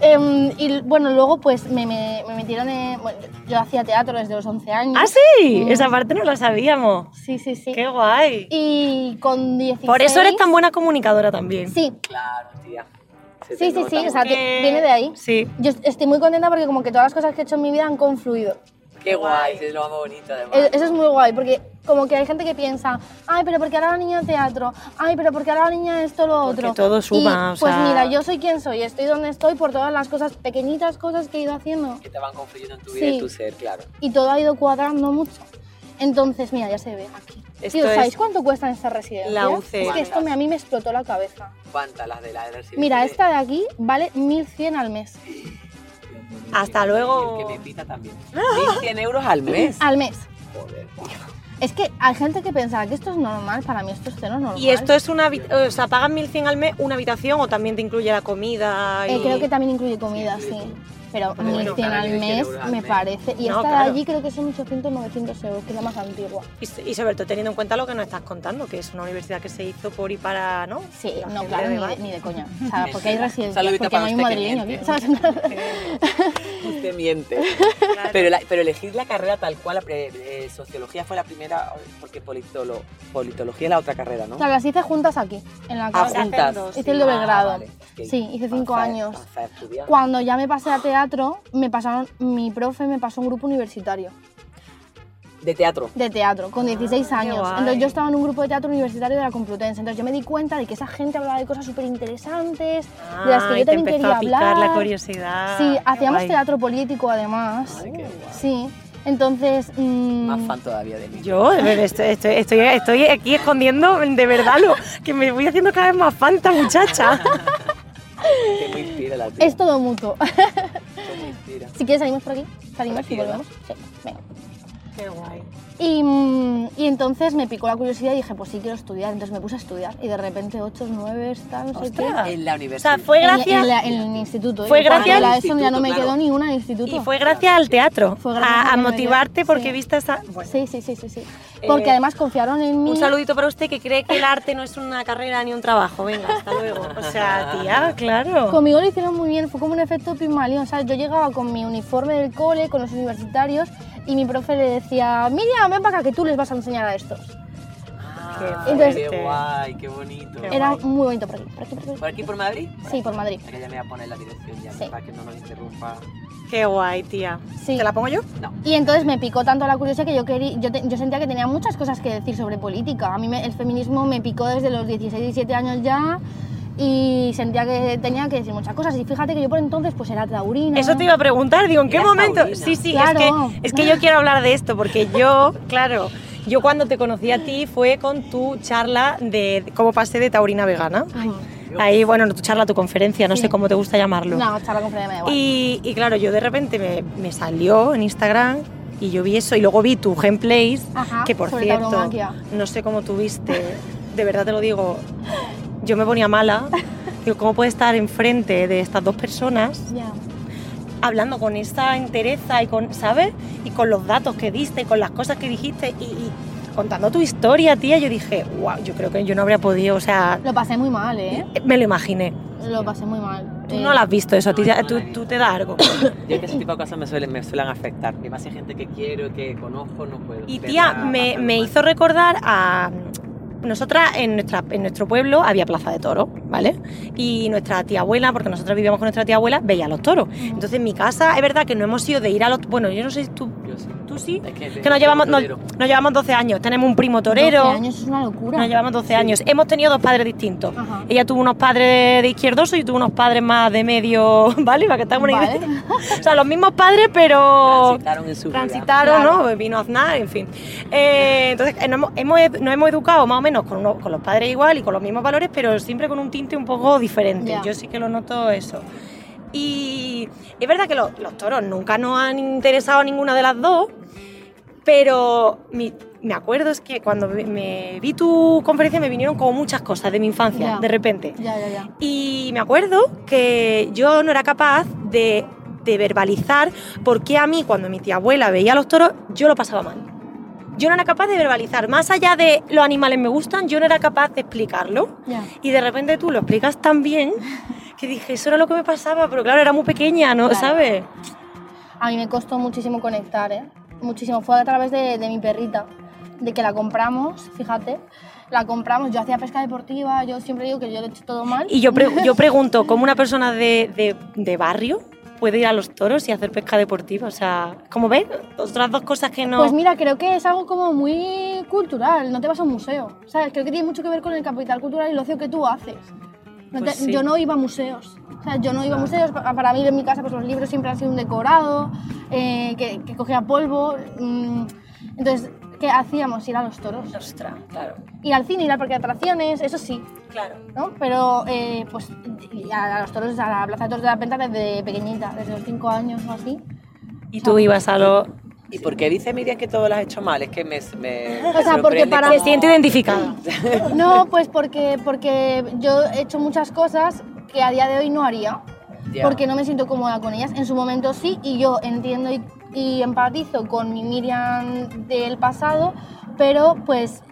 Speaker 3: Em, y bueno, luego pues me, me- me metieron en... bueno, yo hacía teatro desde los 11 años.
Speaker 1: ¡Ah, sí!
Speaker 3: Mm.
Speaker 1: Esa parte no la sabíamos.
Speaker 3: Sí, sí, sí.
Speaker 1: ¡Qué guay!
Speaker 3: Y con 16...
Speaker 1: Por eso eres tan buena comunicadora también.
Speaker 3: Sí,
Speaker 2: Claro, tía. Se te
Speaker 3: sí, sí,
Speaker 2: nota.
Speaker 3: sí, o sea,
Speaker 1: Porque-
Speaker 3: viene de ahí.
Speaker 1: Sí.
Speaker 3: Yo est- estoy muy contenta porque como que todas las cosas que he hecho en mi vida han confluido.
Speaker 2: Qué guay, sí, es lo más bonito además.
Speaker 3: E- Eso es muy guay, porque como que hay gente que piensa, ay, pero porque ahora la niña teatro, ay, pero porque ahora la niña esto, lo
Speaker 1: Porque
Speaker 3: otro.
Speaker 1: todo
Speaker 3: Y,
Speaker 1: suma, o
Speaker 3: Pues
Speaker 1: sea-
Speaker 3: mira, yo soy quien soy, estoy donde estoy por todas las cosas, pequeñitas cosas que he ido haciendo.
Speaker 2: Que te van confluyendo en tu vida y
Speaker 3: Sí.
Speaker 2: tu ser, claro.
Speaker 3: Y todo ha ido cuadrando mucho. Entonces, mira, ya se ve aquí.
Speaker 1: Esto
Speaker 3: Tío, ¿sabéis
Speaker 1: es
Speaker 3: cuánto cuestan estas residencias?
Speaker 1: la UC.
Speaker 3: Es que esto me- a mí me explotó la cabeza.
Speaker 2: ¿Cuántas las de la residencia?
Speaker 3: Mira, esta de aquí vale 1.100 al mes.
Speaker 1: Hasta luego.
Speaker 2: Que me pita también. 1.100 euros al mes.
Speaker 3: Al mes.
Speaker 2: Joder.
Speaker 3: Es que hay gente que pensará que esto es normal, para mí esto es cero normal.
Speaker 1: Y esto es una... habi- O sea, ¿pagan 1.100 al mes una habitación o también te incluye la comida? Y...
Speaker 3: Eh, creo que también incluye comida,
Speaker 2: Sí,
Speaker 3: sí.
Speaker 2: incluye
Speaker 3: Pero
Speaker 2: Pero bueno,
Speaker 3: 1.100
Speaker 2: claro,
Speaker 3: al
Speaker 2: 1.100
Speaker 3: mes
Speaker 2: euros al
Speaker 3: me
Speaker 2: mes.
Speaker 3: parece. Y
Speaker 1: No,
Speaker 3: esta
Speaker 1: claro.
Speaker 3: de allí creo que son 800, 900 euros, que es la más antigua.
Speaker 1: Y, y sobre todo teniendo en cuenta lo que nos estás contando, que es una universidad que se hizo por y para, ¿no?
Speaker 3: Sí,
Speaker 1: La
Speaker 3: no,
Speaker 1: gente
Speaker 3: claro,
Speaker 1: de
Speaker 3: ni de,
Speaker 1: Madrid.
Speaker 3: ni de coña. O sea, porque hay
Speaker 2: Mentira.
Speaker 3: residencias,
Speaker 2: Saludito
Speaker 3: porque
Speaker 2: para
Speaker 3: no hay un
Speaker 2: usted que
Speaker 3: madrileño aquí,
Speaker 2: miente.
Speaker 3: ¿sabes?
Speaker 2: Usted miente. Pero, la- pero elegir la carrera tal cual, la pre- eh, sociología fue la primera, porque politolo- politología es la otra carrera, ¿no?
Speaker 3: O sea, las hice juntas aquí, en la
Speaker 2: Ah,
Speaker 1: se hacen
Speaker 3: casa.
Speaker 2: juntas.
Speaker 1: dos,
Speaker 3: Hice el doble
Speaker 2: Ah,
Speaker 3: grado.
Speaker 2: vale. Ok.
Speaker 3: Sí, hice cinco
Speaker 2: Para-
Speaker 3: años.
Speaker 2: para estudiar.
Speaker 3: Cuando ya me pasé a teatro, me pasaron, mi profe me pasó un grupo universitario
Speaker 2: De teatro.
Speaker 3: de teatro con 16
Speaker 1: Ah, qué
Speaker 3: años.
Speaker 1: guay.
Speaker 3: Entonces yo estaba en un grupo de teatro universitario de la Complutense. Entonces yo me di cuenta de que esa gente hablaba de cosas súper interesantes, de las
Speaker 1: Ah,
Speaker 3: que
Speaker 1: y
Speaker 3: yo
Speaker 1: te
Speaker 3: también
Speaker 1: empezó
Speaker 3: quería
Speaker 1: a picar
Speaker 3: hablar.
Speaker 1: la curiosidad.
Speaker 3: Sí,
Speaker 1: Qué
Speaker 3: hacíamos
Speaker 1: guay.
Speaker 3: teatro político además.
Speaker 2: Ah, Ay, qué guay.
Speaker 3: Sí, entonces... mm,
Speaker 2: Más fan todavía de mí.
Speaker 1: Yo de verdad, estoy, estoy, estoy, estoy aquí escondiendo de verdad lo que me voy haciendo cada vez más fanta, muchacha.
Speaker 2: Que me inspira la tía.
Speaker 3: es todo mutuo.
Speaker 2: que me inspira.
Speaker 3: si quieres salimos por aquí. Salimos
Speaker 2: aquí,
Speaker 3: y
Speaker 2: ¿verdad?
Speaker 3: volvemos. Sí, venga.
Speaker 1: Qué guay.
Speaker 3: Y, mm, y entonces me picó la curiosidad y dije, pues sí quiero estudiar. Entonces me puse a estudiar y de repente 8, 9, tal, no sé qué.
Speaker 1: Ostras.
Speaker 2: En
Speaker 1: O
Speaker 2: la
Speaker 1: sea,
Speaker 2: universidad.
Speaker 1: fue
Speaker 3: En-
Speaker 1: gracias
Speaker 3: En, la- en el instituto. ¿eh?
Speaker 1: Fue
Speaker 3: Cuando
Speaker 1: gracias-
Speaker 3: La ESO ya no
Speaker 2: Instituto,
Speaker 3: me
Speaker 2: claro.
Speaker 3: quedó ni una en el instituto.
Speaker 1: y fue gracias al teatro,
Speaker 3: Fue gracias
Speaker 1: a,
Speaker 3: a
Speaker 1: a
Speaker 3: que me
Speaker 1: motivarte
Speaker 3: dio-
Speaker 1: porque
Speaker 3: sí.
Speaker 1: viste esa. Bueno,
Speaker 3: Sí, sí, sí, sí, sí.
Speaker 1: Eh,
Speaker 3: Porque además confiaron en mí.
Speaker 1: Un saludito para usted que cree que el arte no es una carrera ni un trabajo. Venga, hasta luego. O sea, tía, claro.
Speaker 3: Conmigo lo hicieron muy bien, fue como un efecto pigmalión, ¿sabes? Yo llegaba con mi uniforme del cole, con los universitarios, y mi profe le decía, Miriam, ven para acá que tú les vas a enseñar a estos.
Speaker 2: Ah,
Speaker 1: Qué
Speaker 2: qué
Speaker 1: Entonces-
Speaker 2: guay, qué bonito.
Speaker 1: Qué
Speaker 3: Era
Speaker 1: guay.
Speaker 3: muy bonito por aquí, por aquí, por aquí.
Speaker 2: ¿Por aquí, por Madrid?
Speaker 3: Sí, por Madrid.
Speaker 2: Aquí ya me voy a poner la dirección ya,
Speaker 3: Sí.
Speaker 2: para que no nos interrumpa.
Speaker 1: Qué guay, tía.
Speaker 3: Sí.
Speaker 1: ¿Te la pongo yo?
Speaker 2: No.
Speaker 3: Y entonces me picó tanto la curiosidad que yo, querí, yo, te- yo sentía que tenía muchas cosas que decir sobre política. A mí me- el feminismo me picó desde los 16, 17 años ya y sentía que tenía que decir muchas cosas. Y fíjate que yo por entonces pues era taurina.
Speaker 1: Eso te iba a preguntar, digo, ¿en qué
Speaker 2: Eras
Speaker 1: momento?
Speaker 2: taurina.
Speaker 1: Sí, sí,
Speaker 3: Claro.
Speaker 1: es, que, es que yo quiero hablar de esto, porque yo, claro, yo cuando te conocí a ti fue con tu charla de cómo pasé de taurina a vegana.
Speaker 3: Ay,
Speaker 1: Ahí, bueno, no, tu charla, tu conferencia, no
Speaker 3: Sí.
Speaker 1: sé cómo te gusta llamarlo.
Speaker 3: no, charla con Fran, me da igual.
Speaker 1: Y, y claro, yo de repente me, me salió en Instagram y yo vi eso y luego vi tu gameplays,
Speaker 3: Ajá,
Speaker 1: que por
Speaker 3: sobre
Speaker 1: cierto,
Speaker 3: tauromaquia.
Speaker 1: no sé cómo tuviste, de verdad te lo digo, yo me ponía mala. Digo, ¿cómo puede estar enfrente de estas dos personas
Speaker 3: Ya.
Speaker 1: hablando con esa entereza y con, ¿sabes? Y con los datos que diste, con las cosas que dijiste y, y contando tu historia, tía, yo dije, wow, yo creo que yo no habría podido, o sea,
Speaker 3: Lo pasé muy mal, ¿eh?
Speaker 1: me lo imaginé.
Speaker 3: Lo pasé muy mal.
Speaker 1: Tú
Speaker 3: Eh,
Speaker 1: no lo has visto eso, a ti
Speaker 2: No,
Speaker 1: te-
Speaker 2: no
Speaker 1: tú,
Speaker 2: la he
Speaker 1: tú te da algo.
Speaker 2: Yo que ese tipo de cosas me suelen, me suelen afectar. Y más si hay gente que quiero, que conozco, no puedo.
Speaker 1: Y
Speaker 2: Verla,
Speaker 1: tía, me,
Speaker 2: hacerlo
Speaker 1: me
Speaker 2: mal.
Speaker 1: hizo recordar a... Nosotras en, nuestra, en nuestro pueblo había plaza de toros, ¿vale? Y nuestra tía abuela, porque nosotros vivíamos con nuestra tía abuela, veía los toros.
Speaker 3: mm.
Speaker 1: Entonces en mi casa es verdad que no hemos ido de ir a los... Bueno, yo no sé si tú,
Speaker 2: Yo sí.
Speaker 1: tú sí.
Speaker 2: Es que,
Speaker 1: Que nos llevamos, nos, nos llevamos 12 años, tenemos un primo torero.
Speaker 3: 12 años es una locura.
Speaker 1: Nos llevamos 12 años. Hemos tenido dos padres distintos.
Speaker 3: Ajá.
Speaker 1: Ella tuvo unos padres de izquierdoso y yo tuve unos padres más de medio, ¿vale? Para que tengamos una
Speaker 3: Vale.
Speaker 1: idea. O sea, los mismos padres, pero
Speaker 2: Transitaron en su vida.
Speaker 1: transitaron,
Speaker 3: Claro.
Speaker 1: ¿no? Pues Vino Aznar, en fin. Eh, entonces, eh, nos hemos, hemos ed- nos hemos educado más o menos con, uno- con los padres igual y con los mismos valores, pero siempre con un tinte un poco diferente.
Speaker 3: Ya.
Speaker 1: Yo sí que lo noto eso. Y es verdad que los, los toros nunca nos han interesado a ninguna de las dos, pero mi- me acuerdo es que cuando vi- me vi tu conferencia me vinieron como muchas cosas de mi infancia,
Speaker 3: Ya.
Speaker 1: de repente.
Speaker 3: Ya, ya, ya.
Speaker 1: Y me acuerdo que yo no era capaz de, de verbalizar por qué a mí, cuando mi tía abuela veía los toros, yo lo pasaba mal. Yo no era capaz de verbalizar. Más allá de los animales me gustan, yo no era capaz de explicarlo.
Speaker 3: Ya.
Speaker 1: Y de repente tú lo explicas tan bien que dije, eso era lo que me pasaba, pero claro, era muy pequeña, ¿no?
Speaker 3: Claro.
Speaker 1: ¿Sabes?
Speaker 3: A mí me costó muchísimo conectar, ¿eh? Muchísimo. Fue a través de, de mi perrita, de que la compramos, fíjate. La compramos, yo hacía pesca deportiva, yo siempre digo que yo lo he hecho todo mal.
Speaker 1: Y yo, pre- yo pregunto, ¿cómo una persona de, de- de barrio puede ir a los toros y hacer pesca deportiva. O sea, como ven, otras dos cosas que no...
Speaker 3: Pues mira, creo que es algo como muy cultural, no te vas a un museo. ¿Sabes? Creo que tiene mucho que ver con el capital cultural y el ocio que tú haces. No
Speaker 1: Pues
Speaker 3: te-
Speaker 1: sí.
Speaker 3: Yo no iba a museos. O sea, yo no iba a museos. Pa- Para mí, en mi casa, pues los libros siempre han sido un decorado, eh, que, que cogía polvo. mm. Entonces, ¿qué hacíamos? Ir a los toros.
Speaker 1: Ostras, claro,
Speaker 3: Ir al cine, ir al parque de atracciones, eso sí,
Speaker 1: claro.
Speaker 3: ¿no? Pero, eh, pues, y a, a los toros, a la Plaza de Toros de la Penta desde pequeñita, desde los 5 años o así.
Speaker 1: Y tú ibas a los...
Speaker 2: ¿Y por qué dice Miriam que todo lo has hecho mal? Es que me. me- me
Speaker 3: O sea, porque
Speaker 2: sorprende
Speaker 3: para-
Speaker 2: cómo-
Speaker 1: Se siente identificada.
Speaker 3: No, pues porque, porque yo he hecho muchas cosas que a día de hoy no haría,
Speaker 2: Ya.
Speaker 3: porque no me siento cómoda con ellas. En su momento sí, y yo entiendo y, y empatizo con mi Miriam del pasado, pero pues,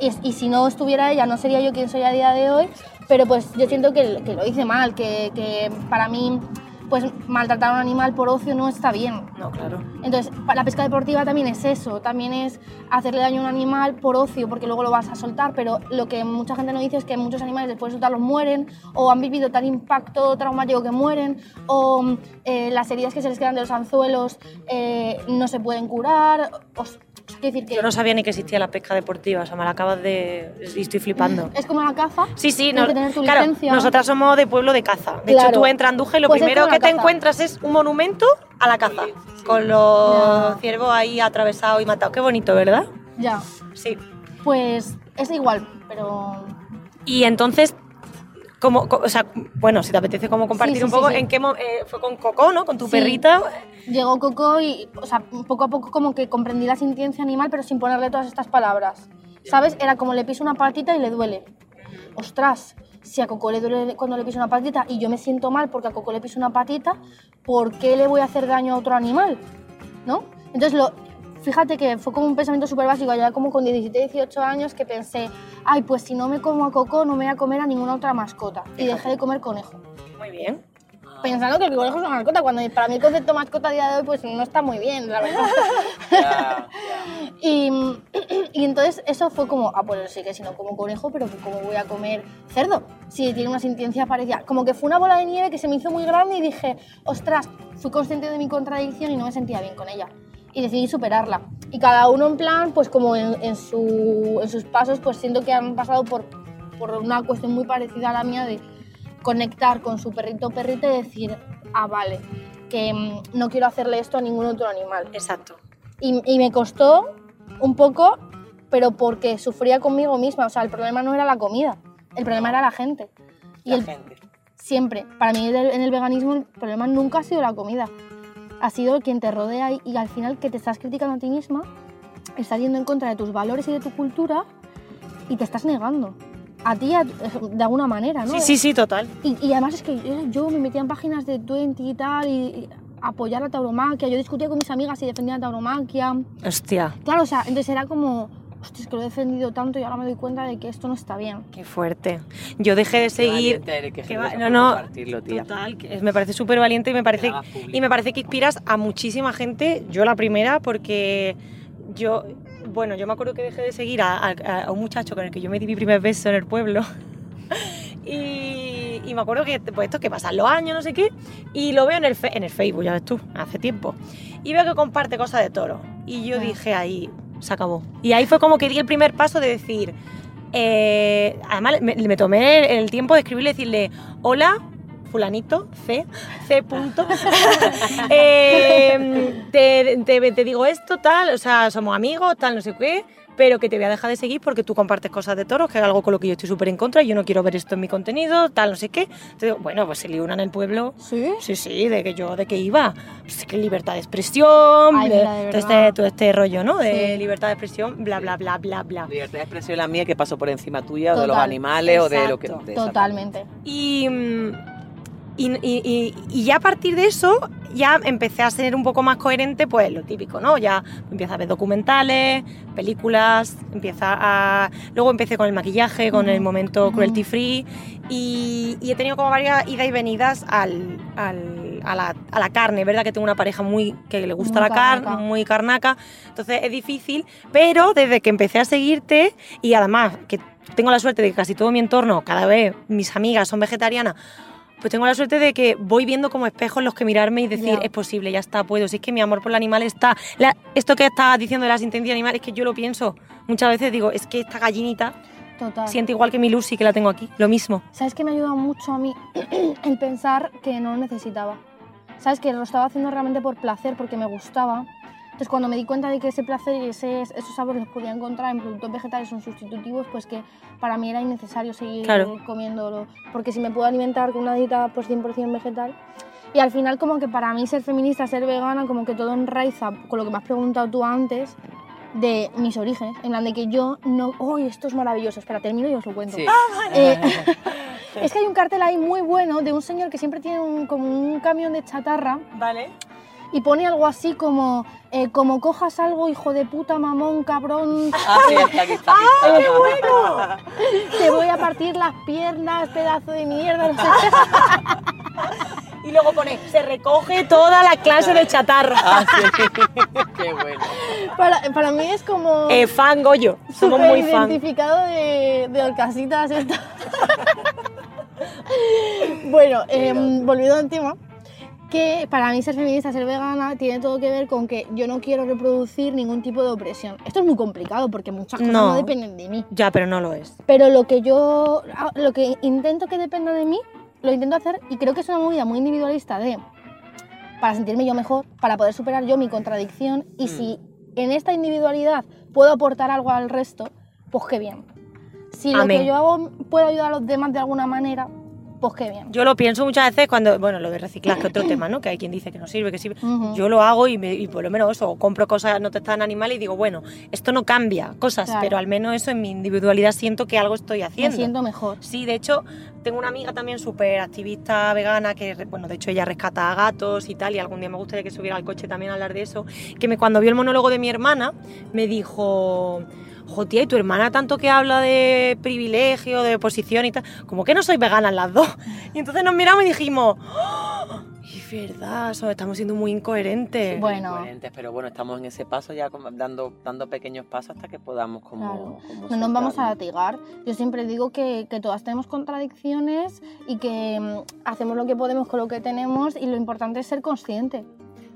Speaker 3: y, y si no estuviera ella, no sería yo quien soy a día de hoy, pero pues yo siento que, que lo hice mal, que, que para mí, pues maltratar a un animal por ocio no está bien.
Speaker 1: No, claro.
Speaker 3: Entonces, pa- la pesca deportiva también es eso, también es hacerle daño a un animal por ocio, porque luego lo vas a soltar, pero lo que mucha gente no dice es que muchos animales después de soltarlos mueren, o han vivido tal impacto traumático que mueren, o mm, eh, las heridas que se les quedan de los anzuelos eh, no se pueden curar. O, o sea, quiero decir que
Speaker 1: Yo no sabía ni que existía la pesca deportiva, o sea, me la acabas de... y Estoy flipando.
Speaker 3: es como la caza.
Speaker 1: Sí, sí,
Speaker 3: Tienes
Speaker 1: no-
Speaker 3: que tener tu
Speaker 1: claro,
Speaker 3: licencia.
Speaker 1: nosotras somos de pueblo de caza. De hecho,
Speaker 3: Claro.
Speaker 1: tú entras a Andújar y lo
Speaker 3: Pues es
Speaker 1: primero
Speaker 3: como
Speaker 1: que
Speaker 3: la
Speaker 1: te
Speaker 3: caza.
Speaker 1: encuentras es un monumento a la caza, con los
Speaker 3: Ya.
Speaker 1: ciervos ahí atravesados y matados. Qué bonito, ¿verdad?
Speaker 3: Ya,
Speaker 1: Sí.
Speaker 3: pues es igual, pero...
Speaker 1: Y entonces, como, co- o sea, bueno, si te apetece como compartir
Speaker 3: Sí, sí,
Speaker 1: un poco,
Speaker 3: sí, sí.
Speaker 1: ¿en qué mo- eh, fue con Coco, ¿no? Con tu
Speaker 3: Sí.
Speaker 1: perrita.
Speaker 3: Llegó Coco y, o sea, poco a poco como que comprendí la sintiencia animal, pero sin ponerle todas estas palabras. ¿Sabes? Era como le piso una patita y le duele. Ostras, si a Coco le duele cuando le piso una patita y yo me siento mal porque a Coco le piso una patita, ¿por qué le voy a hacer daño a otro animal? ¿No? Entonces, lo, fíjate que fue como un pensamiento súper básico, ya como con 17, 18 años, que pensé, ay, pues si no me como a Coco, no me voy a comer a ninguna otra mascota. Y dejé de comer conejo
Speaker 1: Muy bien.
Speaker 3: pensando que el conejo es una mascota, cuando para mí el concepto mascota a día de hoy pues no está muy bien, la verdad.
Speaker 2: Ya,
Speaker 3: Y, y entonces eso fue como, ah, pues sí que si no como conejo, pero ¿cómo voy a comer cerdo? Si tiene una sentencia parecida. Como que fue una bola de nieve que se me hizo muy grande y dije, ostras, fui consciente de mi contradicción y no me sentía bien con ella. Y decidí superarla. Y cada uno en plan, pues como en, en su- en sus pasos, pues siento que han pasado por, por una cuestión muy parecida a la mía de conectar con su perrito o perrita y decir, ah, vale, que mm, no quiero hacerle esto a ningún otro animal.
Speaker 1: Exacto.
Speaker 3: Y, y me costó un poco, pero porque sufría conmigo misma. O sea, el problema no era la comida, el problema era la gente. Y
Speaker 2: la
Speaker 3: el-
Speaker 2: gente.
Speaker 3: siempre, para mí del- en el veganismo el problema nunca ha sido la comida. Ha sido quien te rodea y, y al final que te estás criticando a ti misma, estás yendo en contra de tus valores y de tu cultura y te estás negando. A ti, a- eh, de alguna manera, ¿no?
Speaker 1: Sí, sí, sí, total.
Speaker 3: Y, y además es que yo, yo me metía en páginas de Twenty y tal, y, y apoyar la tauromaquia. Yo discutía con mis amigas y defendía la tauromaquia.
Speaker 1: Hostia,
Speaker 3: Claro, o sea, entonces era como, hostia, es que lo he defendido tanto y ahora me doy cuenta de que esto no está bien.
Speaker 1: qué fuerte. Yo dejé de
Speaker 2: Qué
Speaker 1: seguir.
Speaker 2: valiente eres, qué
Speaker 1: Que va-
Speaker 2: generosa
Speaker 1: no,
Speaker 2: por
Speaker 1: no,
Speaker 2: compartirlo, tía.
Speaker 1: Total, que es- me parece súper valiente y me parece,
Speaker 2: hagas público.
Speaker 1: y me parece que inspiras a muchísima gente, yo la primera, porque yo, bueno, yo me acuerdo que dejé de seguir a, a- a un muchacho con el que yo me di mi primer beso en el pueblo. Y, y me acuerdo que, pues esto, que pasan los años, no sé qué, y lo veo en el, fe- en el Facebook, ya ves tú, hace tiempo. Y veo que comparte cosas de toro. Y yo
Speaker 3: Ah.
Speaker 1: dije ahí, se acabó. Y ahí fue como que di el primer paso de decir, eh, además me, me tomé el tiempo de escribirle y decirle, hola, fulanito, C, C punto. Eh, te, te- te digo esto, tal, o sea, somos amigos, tal, no sé qué, pero que te voy a dejar de seguir porque tú compartes cosas de toros, que es algo con lo que yo estoy súper en contra, yo no quiero ver esto en mi contenido, tal, no sé qué. Te digo, bueno, pues se lió una en el pueblo.
Speaker 3: ¿Sí?
Speaker 1: Sí, sí, de que yo, de que iba. Pues que libertad de expresión,
Speaker 3: Ay,
Speaker 1: de-
Speaker 3: mira, de
Speaker 1: todo,
Speaker 3: verdad.
Speaker 1: este, todo este rollo, ¿no? De
Speaker 3: Sí.
Speaker 1: libertad de expresión, bla, bla, bla, bla, bla.
Speaker 2: Libertad de expresión es la mía que pasó por encima tuya o de los
Speaker 3: Total,
Speaker 2: animales o de lo que.
Speaker 1: exacto,
Speaker 2: de esa-
Speaker 3: Totalmente.
Speaker 1: Y, mm, y, y- y- y ya a partir de eso, ya empecé a ser un poco más coherente, pues lo típico, ¿no? Ya empieza a ver documentales, películas, empieza a... Luego empecé con el maquillaje, con el
Speaker 3: Ujú,
Speaker 1: momento
Speaker 3: ujú.
Speaker 1: cruelty free y, y he tenido como varias idas y venidas al, al- a, la, a la carne, ¿verdad? Que tengo una pareja muy que le gusta
Speaker 3: Muy
Speaker 1: la carne,
Speaker 3: carnaca.
Speaker 1: muy carnaca, entonces es difícil, pero desde que empecé a seguirte y además que tengo la suerte de que casi todo mi entorno, cada vez mis amigas son vegetarianas, pues tengo la suerte de que voy viendo como espejos los que mirarme y decir,
Speaker 3: Ya.
Speaker 1: es posible, ya está, puedo. Si es que mi amor por el animal está. la- esto que estás diciendo de la sentencia animal es que yo lo pienso. Muchas veces digo, es que esta gallinita
Speaker 3: Total.
Speaker 1: siente igual que mi Lucy que la tengo aquí. Lo mismo.
Speaker 3: ¿Sabes que me ha ayudado mucho a mí el pensar que no lo necesitaba? ¿Sabes que lo estaba haciendo realmente por placer, porque me gustaba? Entonces, cuando me di cuenta de que ese placer y ese- esos sabores los podía encontrar en productos vegetales o en sustitutivos, pues que para mí era innecesario seguir
Speaker 1: Claro.
Speaker 3: comiéndolo. Porque si me puedo alimentar con una dieta pues 100% vegetal. Y al final, como que para mí ser feminista, ser vegana, como que todo enraiza con lo que me has preguntado tú antes de mis orígenes. En plan de que yo no. ¡Uy, esto es maravilloso! Espera, termino y os lo cuento.
Speaker 2: Sí.
Speaker 1: Ah,
Speaker 3: Eh, es que hay un cartel ahí muy bueno de un señor que siempre tiene un, como un camión de chatarra
Speaker 1: Vale.
Speaker 3: y pone algo así como, eh, como cojas algo, hijo de puta, mamón, cabrón,
Speaker 2: Ah, sí, está aquí, está aquí.
Speaker 3: te voy a partir las piernas, pedazo de mierda, no sé qué.
Speaker 1: Y luego pone, se recoge toda la clase de chatarra.
Speaker 2: Ah, sí. Qué bueno.
Speaker 3: Para, para mí es como
Speaker 1: Eh, fan Goyo. Somos
Speaker 3: súper
Speaker 1: muy fan.
Speaker 3: identificado de, de Orcasitas. esto. bueno, em, volviendo al tema, que para mí ser feminista, ser vegana, tiene todo que ver con que yo no quiero reproducir ningún tipo de opresión. Esto es muy complicado porque muchas cosas no,
Speaker 1: No.
Speaker 3: dependen de mí.
Speaker 1: Ya, pero no lo es.
Speaker 3: Pero lo que yo, ah, lo que intento que dependa de mí, lo intento hacer y creo que es una movida muy individualista de para sentirme yo mejor, para poder superar yo mi contradicción
Speaker 1: Mm.
Speaker 3: y si en esta individualidad puedo aportar algo al resto, pues qué bien. Si lo
Speaker 1: Amén.
Speaker 3: que yo hago puede ayudar a los demás de alguna manera, pues qué bien.
Speaker 1: Yo lo pienso muchas veces cuando, bueno, lo de reciclar, que otro tema, ¿no? Que hay quien dice que no sirve, que sirve.
Speaker 3: Ujú.
Speaker 1: Yo lo hago y, me- y por lo menos eso, o compro cosas no tan animales y digo, bueno, esto no cambia cosas,
Speaker 3: Claro.
Speaker 1: pero al menos eso en mi individualidad siento que algo estoy
Speaker 3: Me
Speaker 1: haciendo.
Speaker 3: siento mejor.
Speaker 1: Sí, de hecho, tengo una amiga también súper activista vegana que, re- bueno, de hecho ella rescata a gatos y tal, y algún día me gustaría que subiera al coche también a hablar de eso, que me, cuando vio el monólogo de mi hermana me dijo, jo tía, y tu hermana tanto que habla de privilegio, de posición y tal, como que no sois veganas las dos. Y entonces nos miramos y dijimos, "Oh, es verdad, so- estamos siendo muy incoherentes.
Speaker 3: Bueno.
Speaker 2: Incoherentes, Pero bueno, estamos en ese paso ya como dando, dando pequeños pasos hasta que podamos como...
Speaker 3: Claro.
Speaker 2: como
Speaker 3: No nos vamos a
Speaker 2: soltarnos.
Speaker 3: latigar. Yo siempre digo que, que todas tenemos contradicciones y que mm, hacemos lo que podemos con lo que tenemos y lo importante es ser consciente.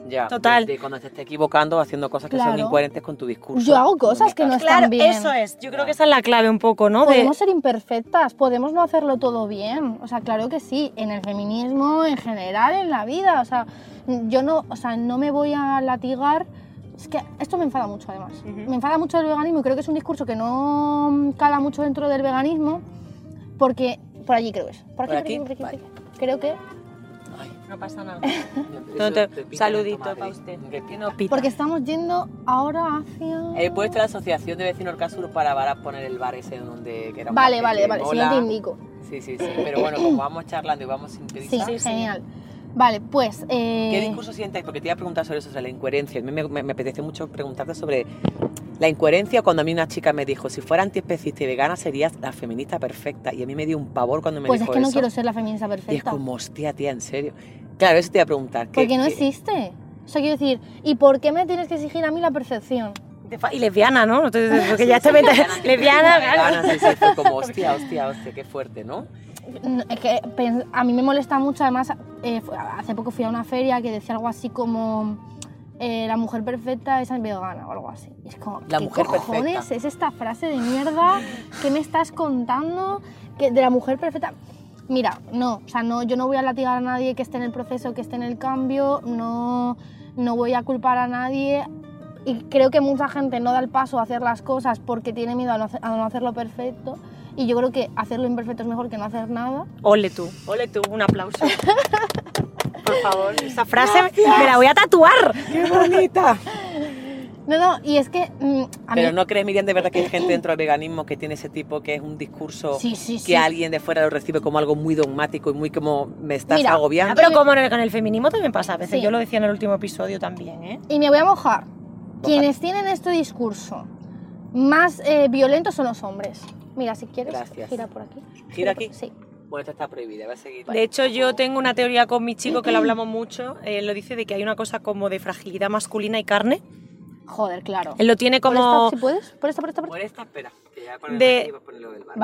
Speaker 2: Ya,
Speaker 1: Total.
Speaker 2: de cuando te estés equivocando haciendo cosas que son
Speaker 3: Claro.
Speaker 2: incoherentes con tu discurso.
Speaker 3: Yo hago cosas que no
Speaker 2: comunicativo.
Speaker 1: Claro,
Speaker 3: están bien.
Speaker 1: eso es, yo creo que esa es la clave un poco,
Speaker 2: Oh,
Speaker 1: ¿no? De-
Speaker 3: pues Podemos ser imperfectas, podemos no hacerlo todo bien. O sea, claro que sí, en el feminismo, en general, en la vida. O sea, yo no, o sea, no me voy a latigar. Es que esto me enfada mucho, además.
Speaker 1: Ujú.
Speaker 3: Me enfada mucho el veganismo y creo que es un discurso que no cala mucho dentro del veganismo. Porque. Por allí creo que es. Por aquí,
Speaker 2: ¿Por
Speaker 3: por aquí,
Speaker 2: aquí?
Speaker 3: por aquí, por
Speaker 2: Vale.
Speaker 3: aquí. Creo que.
Speaker 2: Ay,
Speaker 1: No pasa nada.
Speaker 2: eso
Speaker 1: te-
Speaker 2: te pica en el
Speaker 1: saludito
Speaker 2: tomate.
Speaker 1: pa' usted.
Speaker 2: Que
Speaker 1: Que
Speaker 2: pica.
Speaker 1: no pita.
Speaker 3: Porque estamos yendo ahora hacia.
Speaker 2: He puesto la asociación de vecinos Orcasur para, para poner el bar ese donde que era un
Speaker 3: Vale,
Speaker 2: café
Speaker 3: vale,
Speaker 2: que
Speaker 3: vale, si
Speaker 2: mola.
Speaker 3: no te indico.
Speaker 2: Sí, sí, sí. Pero bueno, como vamos charlando y vamos sin prisa.
Speaker 3: Sí,
Speaker 1: Sí, sí.
Speaker 3: genial. Vale, pues. Eh...
Speaker 2: ¿Qué discurso sientes? Porque te iba a preguntar sobre eso, sobre la incoherencia. A mí me, me- me apetece mucho preguntarte sobre la incoherencia cuando a mí una chica me dijo, si fuera antiespecista y vegana serías la feminista perfecta. Y a mí me dio un pavor cuando me
Speaker 3: Pues es
Speaker 2: dijo
Speaker 3: que no
Speaker 2: eso.
Speaker 3: quiero ser la feminista
Speaker 2: y es
Speaker 3: perfecta.
Speaker 2: como, hostia, tía, en serio. Claro, eso te iba a preguntar. ¿qué-
Speaker 3: Porque no
Speaker 2: qué-
Speaker 3: existe. O sea, quiero decir, ¿y por qué me tienes que exigir a mí la perfección?
Speaker 1: De fa- Y lesbiana, ¿no? Entonces, porque ya te metes. lesbiana, claro.
Speaker 2: Vegana, sí, sí, fue como, hostia, hostia, hostia, qué fuerte, ¿no?
Speaker 3: No, Es que pen- a mí me molesta mucho, además, eh, fu- hace poco fui a una feria que decía algo así como eh, la mujer perfecta es vegana o algo así. Y es como,
Speaker 2: La
Speaker 3: ¿qué
Speaker 2: mujer
Speaker 3: cojones
Speaker 2: perfecta.
Speaker 3: es esta frase de mierda? ¿Qué me estás contando? Que de la mujer perfecta. Mira, no, o sea, no, yo no voy a latigar a nadie que esté en el proceso, que esté en el cambio, no, no voy a culpar a nadie. Y creo que mucha gente no da el paso a hacer las cosas porque tiene miedo a no, hacer- a no hacerlo perfecto. Y yo creo que hacerlo imperfecto es mejor que no hacer nada.
Speaker 1: Ole tú, ole tú, un aplauso. Por favor, esa frase me la voy a tatuar.
Speaker 2: ¡Qué bonita!
Speaker 3: No, no, y es que mm, a
Speaker 2: Pero
Speaker 3: mí...
Speaker 2: no crees, Miriam, de verdad que hay gente dentro del veganismo que tiene ese tipo, que es un discurso
Speaker 3: sí, sí,
Speaker 2: que
Speaker 3: sí.
Speaker 2: alguien de fuera lo recibe como algo muy dogmático y muy como, me estás
Speaker 3: Mira,
Speaker 1: Ah,
Speaker 2: agobiando.
Speaker 1: pero como en el, con el feminismo también pasa a veces.
Speaker 3: Sí.
Speaker 1: Yo lo decía en el último episodio también, ¿eh?
Speaker 3: Y me voy a mojar. Quienes tienen este discurso más eh, violento son los hombres. Mira, si quieres,
Speaker 2: Gracias.
Speaker 3: gira por aquí.
Speaker 2: ¿Gira
Speaker 3: por-
Speaker 2: aquí?
Speaker 3: Sí.
Speaker 2: Bueno, esto está prohibida, va a seguir.
Speaker 1: De hecho, yo tengo una teoría con mi chico que lo hablamos mucho. Él lo dice de que hay una cosa como de fragilidad masculina y carne.
Speaker 3: Joder, claro.
Speaker 1: Él lo tiene
Speaker 3: Por esta,
Speaker 1: como...
Speaker 3: si puedes. Por esta, por esta, por esta.
Speaker 2: Por esta, espera. que
Speaker 1: de,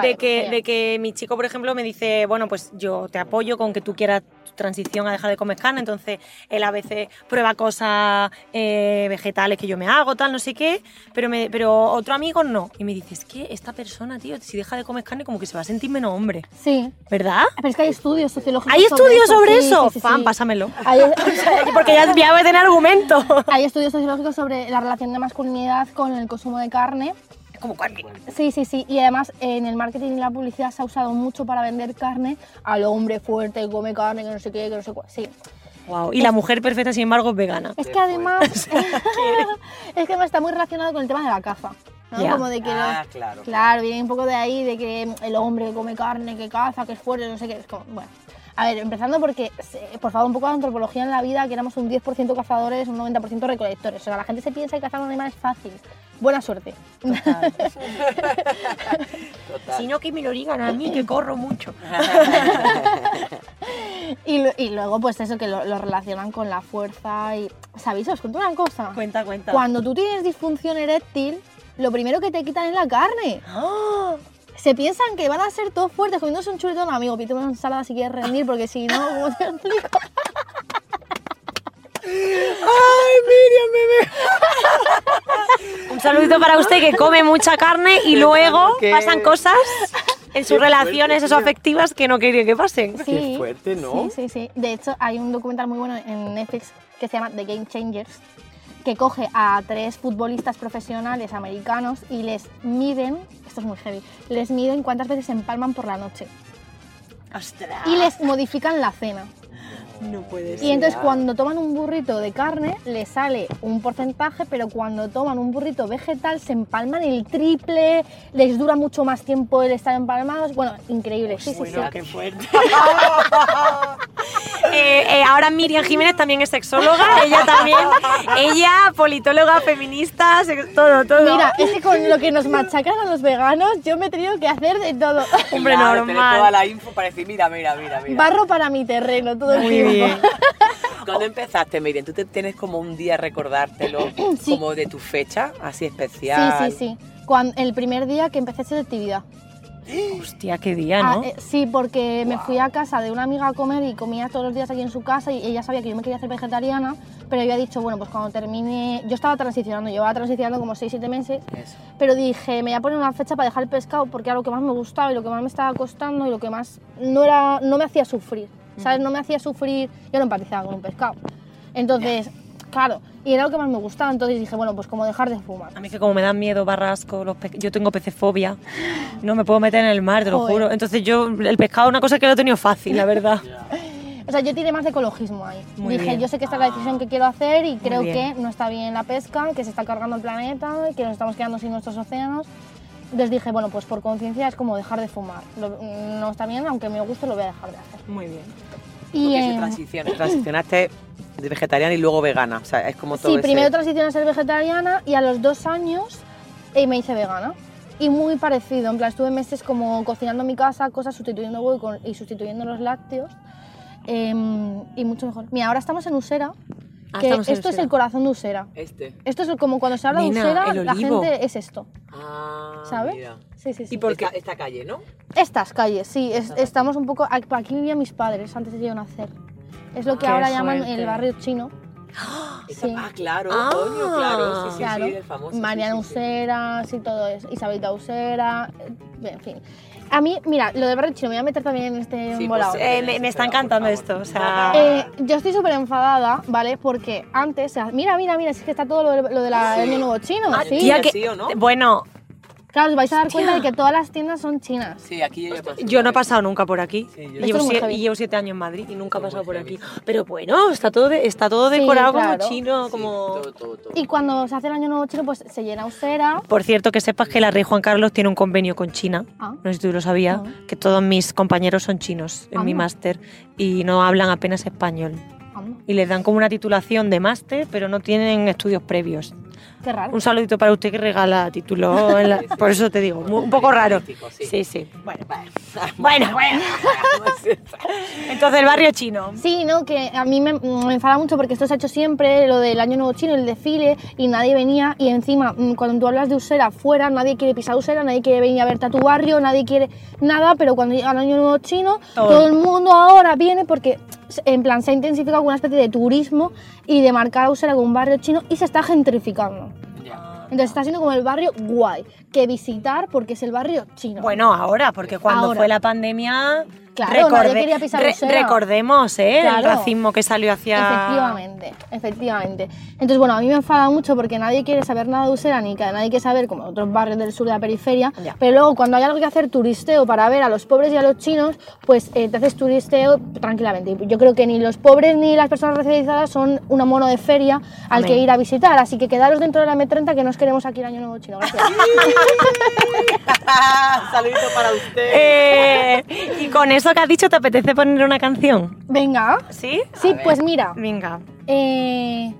Speaker 1: de, que, de que mi chico, por ejemplo, me dice, bueno, pues yo te apoyo con que tú quieras tu transición a dejar de comer carne, entonces él a veces prueba cosas eh, vegetales que yo me hago, tal, no sé qué, pero, me, pero otro amigo no. Y me dice, es que esta persona, tío, si deja de comer carne como que se va a sentir menos hombre,
Speaker 3: Sí.
Speaker 1: ¿verdad?
Speaker 3: Pero es que hay estudios sociológicos.
Speaker 1: ¿Hay estudios sobre
Speaker 3: sí,
Speaker 1: eso?
Speaker 3: sí, sí,
Speaker 1: Fan,
Speaker 3: sí.
Speaker 1: pásamelo.
Speaker 3: Hay, o sea,
Speaker 1: Porque ya, ya voy a tener argumento.
Speaker 3: hay estudios sociológicos sobre la relación de masculinidad con el consumo de carne.
Speaker 1: Es como carne.
Speaker 3: Sí, sí, sí. Y además eh, en el marketing y la publicidad se ha usado mucho para vender carne al hombre fuerte que come carne, que no sé qué, que no sé cuál. Sí.
Speaker 1: Wow. Y la mujer perfecta, sin embargo, es vegana.
Speaker 3: Es que además. es que no está muy relacionado con el tema de la caza. ¿no?
Speaker 1: Ya.
Speaker 3: Como de que. los-
Speaker 2: Ah, claro.
Speaker 3: Claro, viene un poco de ahí, de que el hombre come carne, que caza, que es fuerte, no sé qué. Es como, bueno. A ver, empezando porque, se- por favor, un poco de antropología en la vida, que éramos un 10% cazadores, un 90% recolectores. O sea, la gente se piensa que cazar un animal es fácil. Buena suerte.
Speaker 2: Total.
Speaker 1: no, que me lo digan a mí, que corro mucho.
Speaker 3: Y, lu- y luego, pues eso, que lo, lo relacionan con la fuerza y... ¿Sabéis? Os cuento una cosa.
Speaker 1: Cuenta, cuenta.
Speaker 3: Cuando tú tienes disfunción eréctil, lo primero que te quitan es la carne.
Speaker 1: ¡Ah!
Speaker 3: Se piensan que van a ser todos fuertes comiéndose un chuletón, amigo, pídete una ensalada si quieres rendir, porque si no, ¿cómo te explico?
Speaker 1: Un saludito para usted que come mucha carne y luego
Speaker 2: que-
Speaker 1: pasan cosas en sus
Speaker 2: Qué
Speaker 1: relaciones
Speaker 2: fuerte,
Speaker 1: eso,
Speaker 2: tía.
Speaker 1: afectivas que no quería que pasen.
Speaker 3: Sí,
Speaker 2: fuerte, ¿no?
Speaker 3: Sí, sí, sí. De hecho, hay un documental muy bueno en Netflix que se llama The Game Changers, que coge a tres futbolistas profesionales americanos y les miden, esto es muy heavy, les miden cuántas veces se empalman por la noche
Speaker 1: ¡Ostras!
Speaker 3: y les modifican la cena.
Speaker 1: No puede
Speaker 3: Y entonces cuando toman un burrito de carne les sale un porcentaje, pero cuando toman un burrito vegetal se empalman el triple, les dura mucho más tiempo el estar empalmados. Bueno, increíble, sí,
Speaker 1: Pues
Speaker 3: sí, sí.
Speaker 2: fuerte.
Speaker 1: Eh, eh, ahora Miriam Jiménez también es sexóloga, ella también, ella politóloga, feminista, sex- todo, todo.
Speaker 3: Mira, es que con lo que nos machacan a los veganos, yo me he tenido que hacer de todo.
Speaker 1: hombre
Speaker 2: Tener
Speaker 1: normal.
Speaker 2: toda la info para decir, mira, mira, mira, mira.
Speaker 3: Barro para mi terreno todo el
Speaker 1: Muy
Speaker 3: tiempo.
Speaker 1: bien.
Speaker 2: ¿Cuándo empezaste, Miriam? ¿Tú te tienes como un día recordártelo
Speaker 3: Sí.
Speaker 2: como de tu fecha, así
Speaker 3: Sí,
Speaker 2: especial?
Speaker 3: sí, sí. Cuan- el primer día que empecé selectividad.
Speaker 1: Hostia, qué día,
Speaker 3: Ah,
Speaker 1: ¿no?
Speaker 3: eh, sí, porque me fui a casa de una amiga a comer y comía todos los días aquí en su casa y ella sabía que yo me quería hacer vegetariana, pero yo había dicho, bueno, pues cuando termine, yo estaba transicionando, llevaba transicionando como 6-7 meses,
Speaker 2: Eso.
Speaker 3: pero dije, me voy a poner una fecha para dejar el pescado porque era lo que más me gustaba y lo que más me estaba costando y lo que más no, era, no me hacía sufrir, ¿sabes? No me hacía sufrir, yo no empatizaba con un pescado. Entonces, claro, y era lo que más me gustaba, entonces dije, bueno, pues como dejar de fumar.
Speaker 1: A mí es que como me dan miedo, barrasco, los pe- yo tengo pecefobia, no me puedo meter en el mar, te lo
Speaker 3: Joder.
Speaker 1: juro. Entonces yo, el pescado es una cosa que lo he tenido fácil, la verdad.
Speaker 3: O sea, yo tiré más de ecologismo ahí.
Speaker 1: Muy
Speaker 3: Dije,
Speaker 1: bien.
Speaker 3: yo sé que esta es la decisión que quiero hacer y creo que
Speaker 1: bien.
Speaker 3: no está bien la pesca, que se está cargando el planeta, que nos estamos quedando sin nuestros océanos. Entonces dije, bueno, pues por conciencia es como dejar de fumar. Lo- no está bien, aunque me guste, lo voy a dejar de hacer.
Speaker 1: Muy bien.
Speaker 3: Y
Speaker 2: Porque
Speaker 3: eh,
Speaker 2: si transiciones, transicionaste de vegetariana y luego vegana. O sea, es como todo
Speaker 3: sí,
Speaker 2: ese-
Speaker 3: primero transicioné a ser vegetariana y a los dos años eh, me hice vegana. Y muy parecido, en plan, estuve meses como cocinando en mi casa, cosas sustituyendo huevo y, con- y sustituyendo los lácteos. em, y mucho mejor. Mira, ahora estamos en Usera,
Speaker 1: Ah,
Speaker 3: que
Speaker 1: estamos en
Speaker 3: esto es
Speaker 1: Usera.
Speaker 3: el corazón de Usera.
Speaker 2: Este.
Speaker 3: Esto es como cuando se habla
Speaker 1: Nena,
Speaker 3: de Usera,
Speaker 1: el
Speaker 3: la
Speaker 1: olivo.
Speaker 3: gente es esto,
Speaker 2: Ah,
Speaker 3: ¿sabes?
Speaker 2: mira.
Speaker 3: Sí, sí, sí.
Speaker 2: ¿Y por qué esta calle, no?
Speaker 3: Estas calles, sí, es- estamos un poco... Aquí vivían mis padres antes de yo nacer. Es lo
Speaker 1: Qué
Speaker 3: que ahora llaman
Speaker 1: suerte.
Speaker 3: el barrio chino.
Speaker 2: Esta-
Speaker 3: Sí.
Speaker 2: Ah, claro,
Speaker 1: Ah,
Speaker 2: coño, claro. Sí, sí,
Speaker 3: claro.
Speaker 2: sí, el famoso. sí,
Speaker 3: Mariana
Speaker 2: sí, sí.
Speaker 3: Usera, sí, todo eso. Isabelita Usera, eh, en fin. A mí, mira, lo de barrio chino, me voy a meter también en este
Speaker 2: Sí,
Speaker 3: volado.
Speaker 2: pues,
Speaker 1: Eh, me, me está encantando
Speaker 2: Por
Speaker 1: esto, o
Speaker 2: favor.
Speaker 1: sea...
Speaker 3: Eh, yo estoy súper enfadada, ¿vale? Porque antes, o sea, mira, mira, mira, si es que está todo lo de, lo de la- el año nuevo chino.
Speaker 2: Ah,
Speaker 3: sí.
Speaker 1: Tía,
Speaker 2: ¿Sí,
Speaker 1: que-
Speaker 2: sí o no?
Speaker 1: Bueno,
Speaker 3: Claro, os vais a dar cuenta de que todas las tiendas son chinas.
Speaker 2: Sí, aquí yo, ya
Speaker 1: yo
Speaker 2: pasé
Speaker 1: no he
Speaker 2: una vez.
Speaker 1: pasado nunca por aquí.
Speaker 2: Sí, yo-
Speaker 1: Y
Speaker 2: Esto
Speaker 1: llevo,
Speaker 3: es muy
Speaker 1: sie-
Speaker 3: heavy.
Speaker 1: y llevo siete años en Madrid y nunca he
Speaker 2: Esto es
Speaker 1: pasado
Speaker 2: muy
Speaker 1: por
Speaker 2: heavy.
Speaker 1: aquí. Pero bueno, está todo, de- está todo
Speaker 3: Sí,
Speaker 1: decorado
Speaker 3: claro.
Speaker 1: como chino,
Speaker 2: Sí,
Speaker 1: como...
Speaker 2: todo, todo, todo.
Speaker 3: Y cuando se hace el año nuevo chino, pues se llena usera.
Speaker 1: Por cierto, que sepas que la rey Juan Carlos tiene un convenio con China.
Speaker 3: Ah. Ah.
Speaker 1: No sé si tú lo sabías,
Speaker 3: No.
Speaker 1: que todos mis compañeros son chinos en mi
Speaker 3: Anda.
Speaker 1: máster y no hablan apenas español.
Speaker 3: Anda.
Speaker 1: Y les dan como una titulación de máster, pero no tienen estudios previos.
Speaker 3: Qué raro.
Speaker 1: Un saludito para usted que regala título. en la- Por eso te digo, mu- un poco raro.
Speaker 2: Sí.
Speaker 1: Sí, sí. Bueno, bueno, bueno. Entonces, el barrio chino.
Speaker 3: Sí, no, que a mí me, me enfada mucho porque esto se ha hecho siempre, lo del Año Nuevo Chino, el desfile, y nadie venía. Y encima, mm, cuando tú hablas de Usera fuera, nadie quiere pisar Usera, nadie quiere venir a verte a tu barrio, nadie quiere nada. Pero cuando llega el Año Nuevo Chino,
Speaker 1: Todo.
Speaker 3: todo, el mundo ahora viene porque, s- en plan, se ha intensificado con una especie de turismo y de marcar a Usera como un barrio chino y se está gentrificando. Entonces está siendo como el barrio guay, que visitar porque es el barrio chino.
Speaker 1: Bueno, ahora, porque cuando
Speaker 3: Ahora.
Speaker 1: fue la pandemia.
Speaker 3: Claro, nadie quería pisar Bruselas.
Speaker 1: Recordemos, ¿eh? El
Speaker 3: Claro.
Speaker 1: racismo que salió hacia.
Speaker 3: Efectivamente, efectivamente. Entonces, bueno, a mí me enfada mucho porque nadie quiere saber nada de Usera ni que nadie quiere saber como otros barrios del sur de la periferia.
Speaker 1: Ya.
Speaker 3: Pero luego, cuando hay algo que hacer turisteo para ver a los pobres y a los chinos, pues eh, te haces turisteo tranquilamente. Y Yo creo que ni los pobres ni las personas racializadas son una mono de feria al
Speaker 1: Amén.
Speaker 3: que ir a visitar. Así que quedaros dentro de la M30 que nos queremos aquí el año nuevo chino. Gracias.
Speaker 2: Saludito para usted.
Speaker 1: Eh, y con eso que has dicho, ¿te apetece poner una canción?
Speaker 3: Venga.
Speaker 1: ¿Sí?
Speaker 3: Sí, pues mira.
Speaker 1: Venga.
Speaker 3: eh,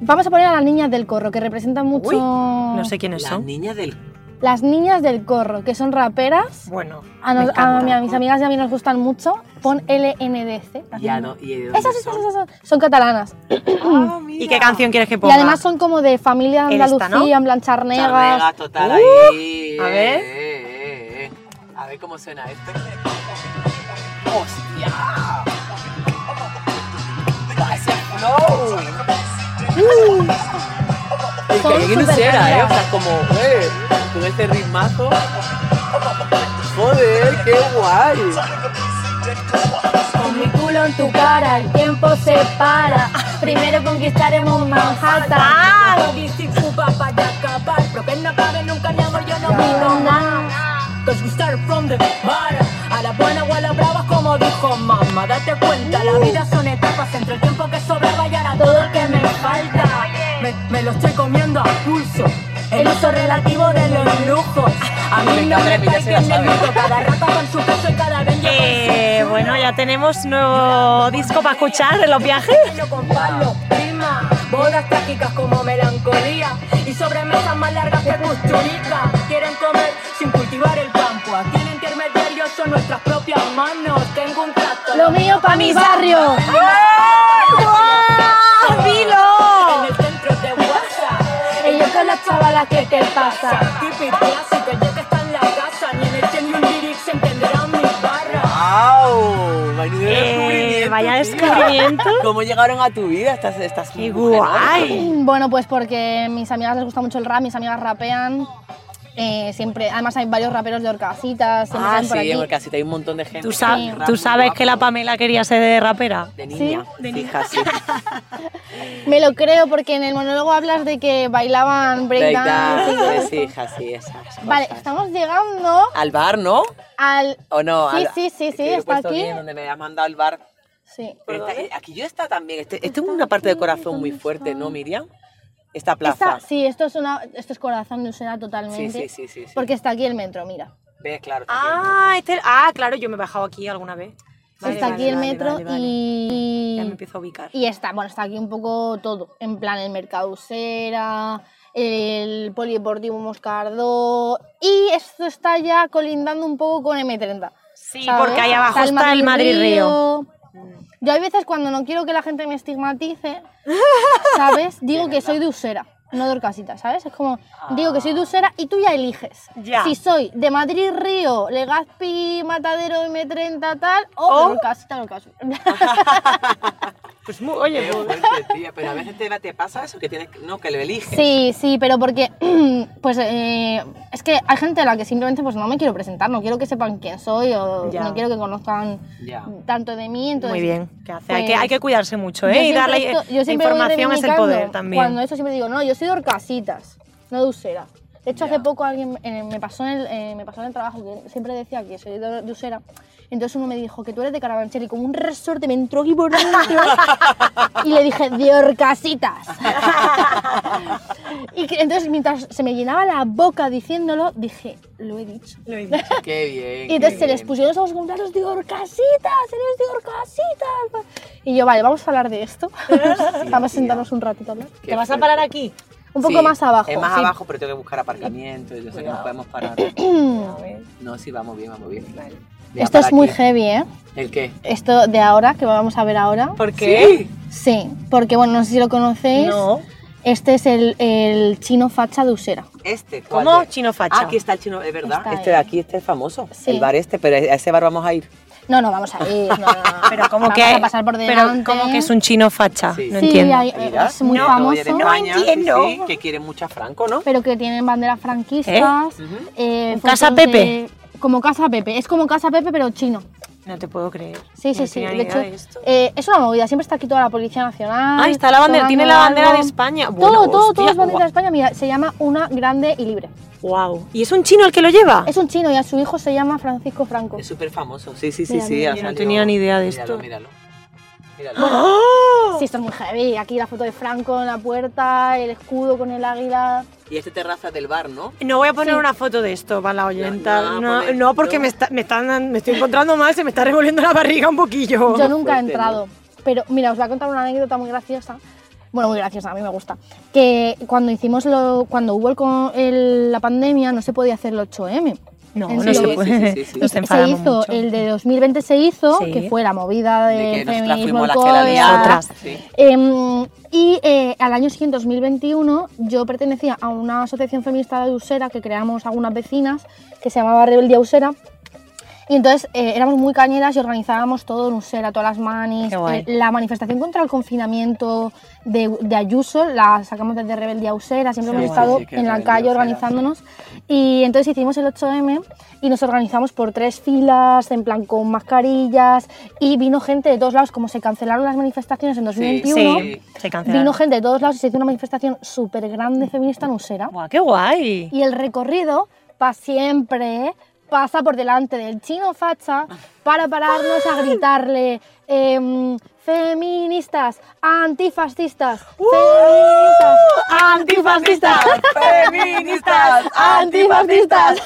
Speaker 3: vamos a poner a las niñas del corro, que representan mucho...
Speaker 2: Uy,
Speaker 1: No sé quiénes
Speaker 2: Las
Speaker 1: son.
Speaker 2: niñas del
Speaker 3: Las niñas del corro, que son raperas.
Speaker 1: Bueno.
Speaker 3: A,
Speaker 1: me
Speaker 3: nos- a,
Speaker 1: encanta.
Speaker 3: mi- a mis amigas y a mí nos gustan mucho. Pon LNDC.
Speaker 2: ya no y de dónde
Speaker 3: Esas, esas,
Speaker 2: son?
Speaker 3: esas, esas. Son catalanas.
Speaker 2: Ah, mira.
Speaker 1: ¿Y qué canción quieres que ponga?
Speaker 3: Y además son como de familia
Speaker 1: Esta,
Speaker 3: andalucía, en plan charnegas.
Speaker 2: Charnegas, total
Speaker 1: Uh,
Speaker 2: ahí.
Speaker 1: a ver.
Speaker 2: Eh, eh, eh. A ver cómo suena esto. ¡Hostia! ¡Ese flow! El
Speaker 3: Son
Speaker 2: que ilusiona, ¿eh? O
Speaker 3: supercambiadas.
Speaker 2: sea, como, eh, con este ritmazo. Joder, qué guay.
Speaker 4: Con mi culo en tu cara, el tiempo se para. Primero conquistaremos
Speaker 3: Ah.
Speaker 4: Manhattan.
Speaker 5: Cause we started from the bottom. A la buena o a la brava, como dijo mamá. Date cuenta,
Speaker 2: Uh.
Speaker 5: la vida son etapas entre el tiempo que sobraba y ahora todo el que me falta. Me, me lo estoy comiendo a pulso. El uso relativo de los lujos. A mí no me
Speaker 2: ya se la
Speaker 5: caiga en el
Speaker 2: sabe.
Speaker 5: mito. Cada rata con su peso y cada vez
Speaker 1: Eh, bueno, ya tenemos nuevo disco para escuchar en los viajes.
Speaker 5: Lo comparo, prima, bodas trágicas como melancolía y sobremesas más largas que costurica. Quieren comer sin cultivar el campo. Aquí el intermediario son nuestras propias manos. Tengo un plato.
Speaker 3: Lo mío para mi barrio.
Speaker 5: En el centro de WhatsApp. Ellos son las chavalas que te pasa. Tipi clásico, ya que está en la casa. Ni en el Genius Lyrics entenderán mis barras.
Speaker 2: ¡Wow! Menudo
Speaker 1: Eh,
Speaker 2: descubrimiento,
Speaker 1: vaya
Speaker 2: tía.
Speaker 1: descubrimiento.
Speaker 2: ¿Cómo llegaron a tu vida estas, estas
Speaker 1: ¡Qué
Speaker 2: mujeres?
Speaker 1: guay!
Speaker 3: Bueno, pues porque a mis amigas les gusta mucho el rap, mis amigas rapean. eh, siempre, además hay varios raperos de Orcasitas, siempre
Speaker 2: Ah,
Speaker 3: salen por
Speaker 2: sí,
Speaker 3: aquí.
Speaker 2: porque así hay un montón de gente.
Speaker 1: ¿Tú, sa-
Speaker 2: que rap
Speaker 1: tú
Speaker 2: muy
Speaker 1: sabes
Speaker 2: guapo.
Speaker 1: que la Pamela quería ser de rapera?
Speaker 2: De niña, de hija, sí.
Speaker 3: Me lo creo porque en el monólogo hablas de que bailaban breakdance. y todo
Speaker 2: Breakdance,
Speaker 3: eso.
Speaker 2: sí, hija, sí, esas cosas.
Speaker 3: Vale, estamos llegando
Speaker 2: Al bar, ¿no?
Speaker 3: al
Speaker 2: ¿O no?
Speaker 3: Sí,
Speaker 2: Al-
Speaker 3: sí, sí, sí,
Speaker 2: que lo he
Speaker 3: está
Speaker 2: puesto
Speaker 3: aquí.
Speaker 2: bien, donde me has mandado al bar.
Speaker 3: Sí.
Speaker 2: Pero está- aquí yo está también. Este, este es una parte de corazón muy fuerte, ¿no, Miriam? Esta plaza.
Speaker 3: Esta, sí, esto es una, esto es corazón de Usera totalmente.
Speaker 2: sí, sí, sí, sí.
Speaker 3: Porque está aquí el metro, mira.
Speaker 2: Ves, claro. está
Speaker 1: Ah, este- ah, claro, yo me he bajado aquí alguna vez. Vale,
Speaker 3: está
Speaker 1: vale,
Speaker 3: aquí el
Speaker 1: vale,
Speaker 3: metro
Speaker 1: vale, vale.
Speaker 3: y
Speaker 1: Ya me empiezo a ubicar.
Speaker 3: y está, bueno, está aquí un poco todo, en plan el mercado Usera, el polideportivo Moscardó y esto está ya colindando un poco con M30.
Speaker 1: Sí,
Speaker 3: ¿sabes?
Speaker 1: porque ahí abajo está el Madrid Río.
Speaker 3: Yo hay veces cuando no quiero que la gente me estigmatice, ¿sabes? Digo que soy de Usera, no de Orcasita, ¿sabes? Es como, digo que soy de Usera y tú ya eliges.
Speaker 1: Ah. Ya.
Speaker 3: Si soy de Madrid Río, Legazpi, Matadero, M30, tal, o,
Speaker 1: O-
Speaker 3: de Orcasita, de Orcasita.
Speaker 1: Pues, mu- oye,
Speaker 2: bien. Qué
Speaker 1: pues-
Speaker 2: fuerte, tía, Pero a veces te, te pasa eso, que tienes que- no, que lo eliges.
Speaker 3: Sí, sí, pero porque, pues, eh, es que hay gente a la que simplemente, pues, no me quiero presentar, no quiero que sepan quién soy o
Speaker 1: Ya.
Speaker 3: no quiero que conozcan
Speaker 2: Ya.
Speaker 3: tanto de mí, entonces...
Speaker 1: Muy bien, ¿qué hace? hay, que,
Speaker 3: pues,
Speaker 1: hay que cuidarse mucho,
Speaker 3: yo
Speaker 1: ¿eh? Y
Speaker 3: siempre
Speaker 1: darle
Speaker 3: esto- yo
Speaker 1: la
Speaker 3: siempre voy
Speaker 1: información es el
Speaker 3: reivindicando
Speaker 1: poder también.
Speaker 3: Cuando eso siempre digo, no, yo soy de Orcasitas, no de Usera. De hecho, hace poco alguien eh, me, pasó en el, eh, me pasó en el trabajo que siempre decía que soy de, de Usera. Entonces uno me dijo que tú eres de Carabanchel y como un resorte me entró aquí por dentro y le dije, de Orcasitas. y que- entonces mientras se me llenaba la boca diciéndolo, dije, lo he dicho.
Speaker 2: Qué bien.
Speaker 3: Y entonces
Speaker 2: qué
Speaker 3: se les
Speaker 2: bien.
Speaker 3: pusieron esos completos de Orcasitas, eres de Orcasitas. Y yo, vale, vamos a hablar de esto. vamos a sentarnos un ratito a hablar.
Speaker 2: Qué
Speaker 1: ¿Te vas a
Speaker 2: fuerte.
Speaker 1: parar aquí?
Speaker 3: Un Un poco
Speaker 2: Sí,
Speaker 3: más abajo.
Speaker 2: Es más
Speaker 3: sí.
Speaker 2: abajo, pero tengo que buscar aparcamiento. y Yo sé que nos podemos parar. No, sí, vamos bien, vamos bien. Mira,
Speaker 3: Esto
Speaker 2: para
Speaker 3: es muy
Speaker 2: aquí.
Speaker 3: heavy, ¿eh?
Speaker 2: ¿El qué?
Speaker 3: Esto de ahora, que vamos a ver ahora.
Speaker 1: ¿Por qué?
Speaker 3: Sí, porque bueno, no sé si lo conocéis.
Speaker 1: No.
Speaker 3: Este es el, el chino facha de Usera.
Speaker 2: Este. ¿cuál
Speaker 1: ¿Cómo?
Speaker 2: es?
Speaker 1: Chino facha.
Speaker 2: Ah, aquí está el chino, es verdad.
Speaker 3: Está
Speaker 2: este de
Speaker 3: ahí.
Speaker 2: aquí, este es famoso.
Speaker 3: Sí.
Speaker 2: El bar este, pero a ese bar vamos a ir.
Speaker 3: No, no, vamos a ir. No, no, no.
Speaker 1: Pero como
Speaker 3: Vamos
Speaker 1: que,
Speaker 3: a pasar por delante.
Speaker 1: pero como que es un chino facha.
Speaker 2: Sí.
Speaker 1: No
Speaker 3: sí,
Speaker 1: entiendo.
Speaker 3: hay- es muy
Speaker 2: que acabo de ir a
Speaker 3: famoso.
Speaker 2: España, sí,
Speaker 1: entiendo.
Speaker 2: sí, que quiere mucho a Franco, ¿no?
Speaker 3: Pero que tienen banderas franquistas.
Speaker 2: Ujú.
Speaker 3: eh,
Speaker 1: ¿Un Casa
Speaker 3: fotos
Speaker 1: Pepe?
Speaker 3: de- como Casa Pepe. Es como Casa Pepe, pero chino.
Speaker 1: No te puedo creer.
Speaker 3: Sí, sí,
Speaker 1: No
Speaker 3: sí.
Speaker 1: tenía
Speaker 3: De
Speaker 1: ni
Speaker 3: hecho,
Speaker 1: idea de esto.
Speaker 3: eh, es una movida. Siempre está aquí toda la Policía Nacional.
Speaker 1: Ah, está la bandera,
Speaker 3: tocando
Speaker 1: tiene la bandera de
Speaker 3: algo.
Speaker 1: España.
Speaker 3: Todo,
Speaker 1: Bueno,
Speaker 3: todo, todo
Speaker 1: hostia,
Speaker 3: es bandera de España. Mira, se llama Una Grande y Libre.
Speaker 1: Wow. ¿Y es un chino el que lo lleva?
Speaker 3: Es un chino y a su hijo se llama Francisco Franco.
Speaker 2: Es súper famoso. Sí, sí, sí,
Speaker 3: Mira,
Speaker 2: sí.
Speaker 3: mira,
Speaker 2: ha
Speaker 1: yo no
Speaker 2: salido-
Speaker 1: tenía ni idea de
Speaker 2: Míralo,
Speaker 1: esto.
Speaker 2: Míralo, míralo.
Speaker 1: ¡Oh!
Speaker 3: Sí, esto es muy heavy. Aquí la foto de Franco en la puerta, el escudo con el águila.
Speaker 2: Y este terraza del bar, ¿no?
Speaker 1: No voy a poner
Speaker 3: Sí.
Speaker 1: una foto de esto para la oyenta. No,
Speaker 2: No, no,
Speaker 1: no,
Speaker 2: poner-
Speaker 1: porque
Speaker 2: no.
Speaker 1: me, está- me, están, me estoy encontrando mal, se me está revolviendo la barriga un poquillo.
Speaker 3: Yo nunca he
Speaker 2: fuerte,
Speaker 3: entrado. Pero mira, os voy a contar una anécdota muy graciosa. Bueno, muy graciosa, a mí me gusta. Que cuando hicimos lo, cuando hubo el co- el- la pandemia no se podía hacer el 8M.
Speaker 1: no,
Speaker 3: en
Speaker 1: no
Speaker 3: serio.
Speaker 1: se
Speaker 3: Sí,
Speaker 1: puede.
Speaker 2: sí, sí, sí.
Speaker 1: Nos
Speaker 3: Se
Speaker 1: enfadamos
Speaker 3: hizo,
Speaker 1: mucho.
Speaker 3: el de 2020 se hizo,
Speaker 1: Sí.
Speaker 3: que fue la movida de,
Speaker 2: de que nosotras
Speaker 3: feminismo,
Speaker 2: fuimos las que la
Speaker 3: coia,
Speaker 2: liamos.
Speaker 1: Otras.
Speaker 2: Sí.
Speaker 3: Em, y eh, al año siguiente, 2021, yo pertenecía a una asociación feminista de Usera que creamos algunas vecinas, que se llamaba Rebeldía Usera. Y entonces eh, éramos muy cañeras y organizábamos todo en Usera, todas las manis.
Speaker 1: Qué guay.
Speaker 3: Eh, la manifestación contra el confinamiento de, de Ayuso la sacamos desde Rebeldía Usera, siempre
Speaker 1: Qué
Speaker 3: hemos
Speaker 1: guay.
Speaker 3: estado
Speaker 2: Sí, sí, que
Speaker 3: en la
Speaker 2: Rebeldía
Speaker 3: calle
Speaker 2: Usera,
Speaker 3: organizándonos. Y entonces hicimos el 8M y nos organizamos por tres filas, en plan con mascarillas. Y vino gente de todos lados, como se cancelaron las manifestaciones en 2021.
Speaker 1: Sí, se cancela.
Speaker 3: Vino gente de todos lados y se hizo una manifestación súper grande feminista en Usera.
Speaker 1: Guau, ¡Qué guay!
Speaker 3: Y el recorrido, para siempre, pasa por delante del chino facha para pararnos a gritarle em, feministas, antifascistas, feministas, antifascistas.
Speaker 2: ¡Feministas!
Speaker 3: ¡Antifascistas!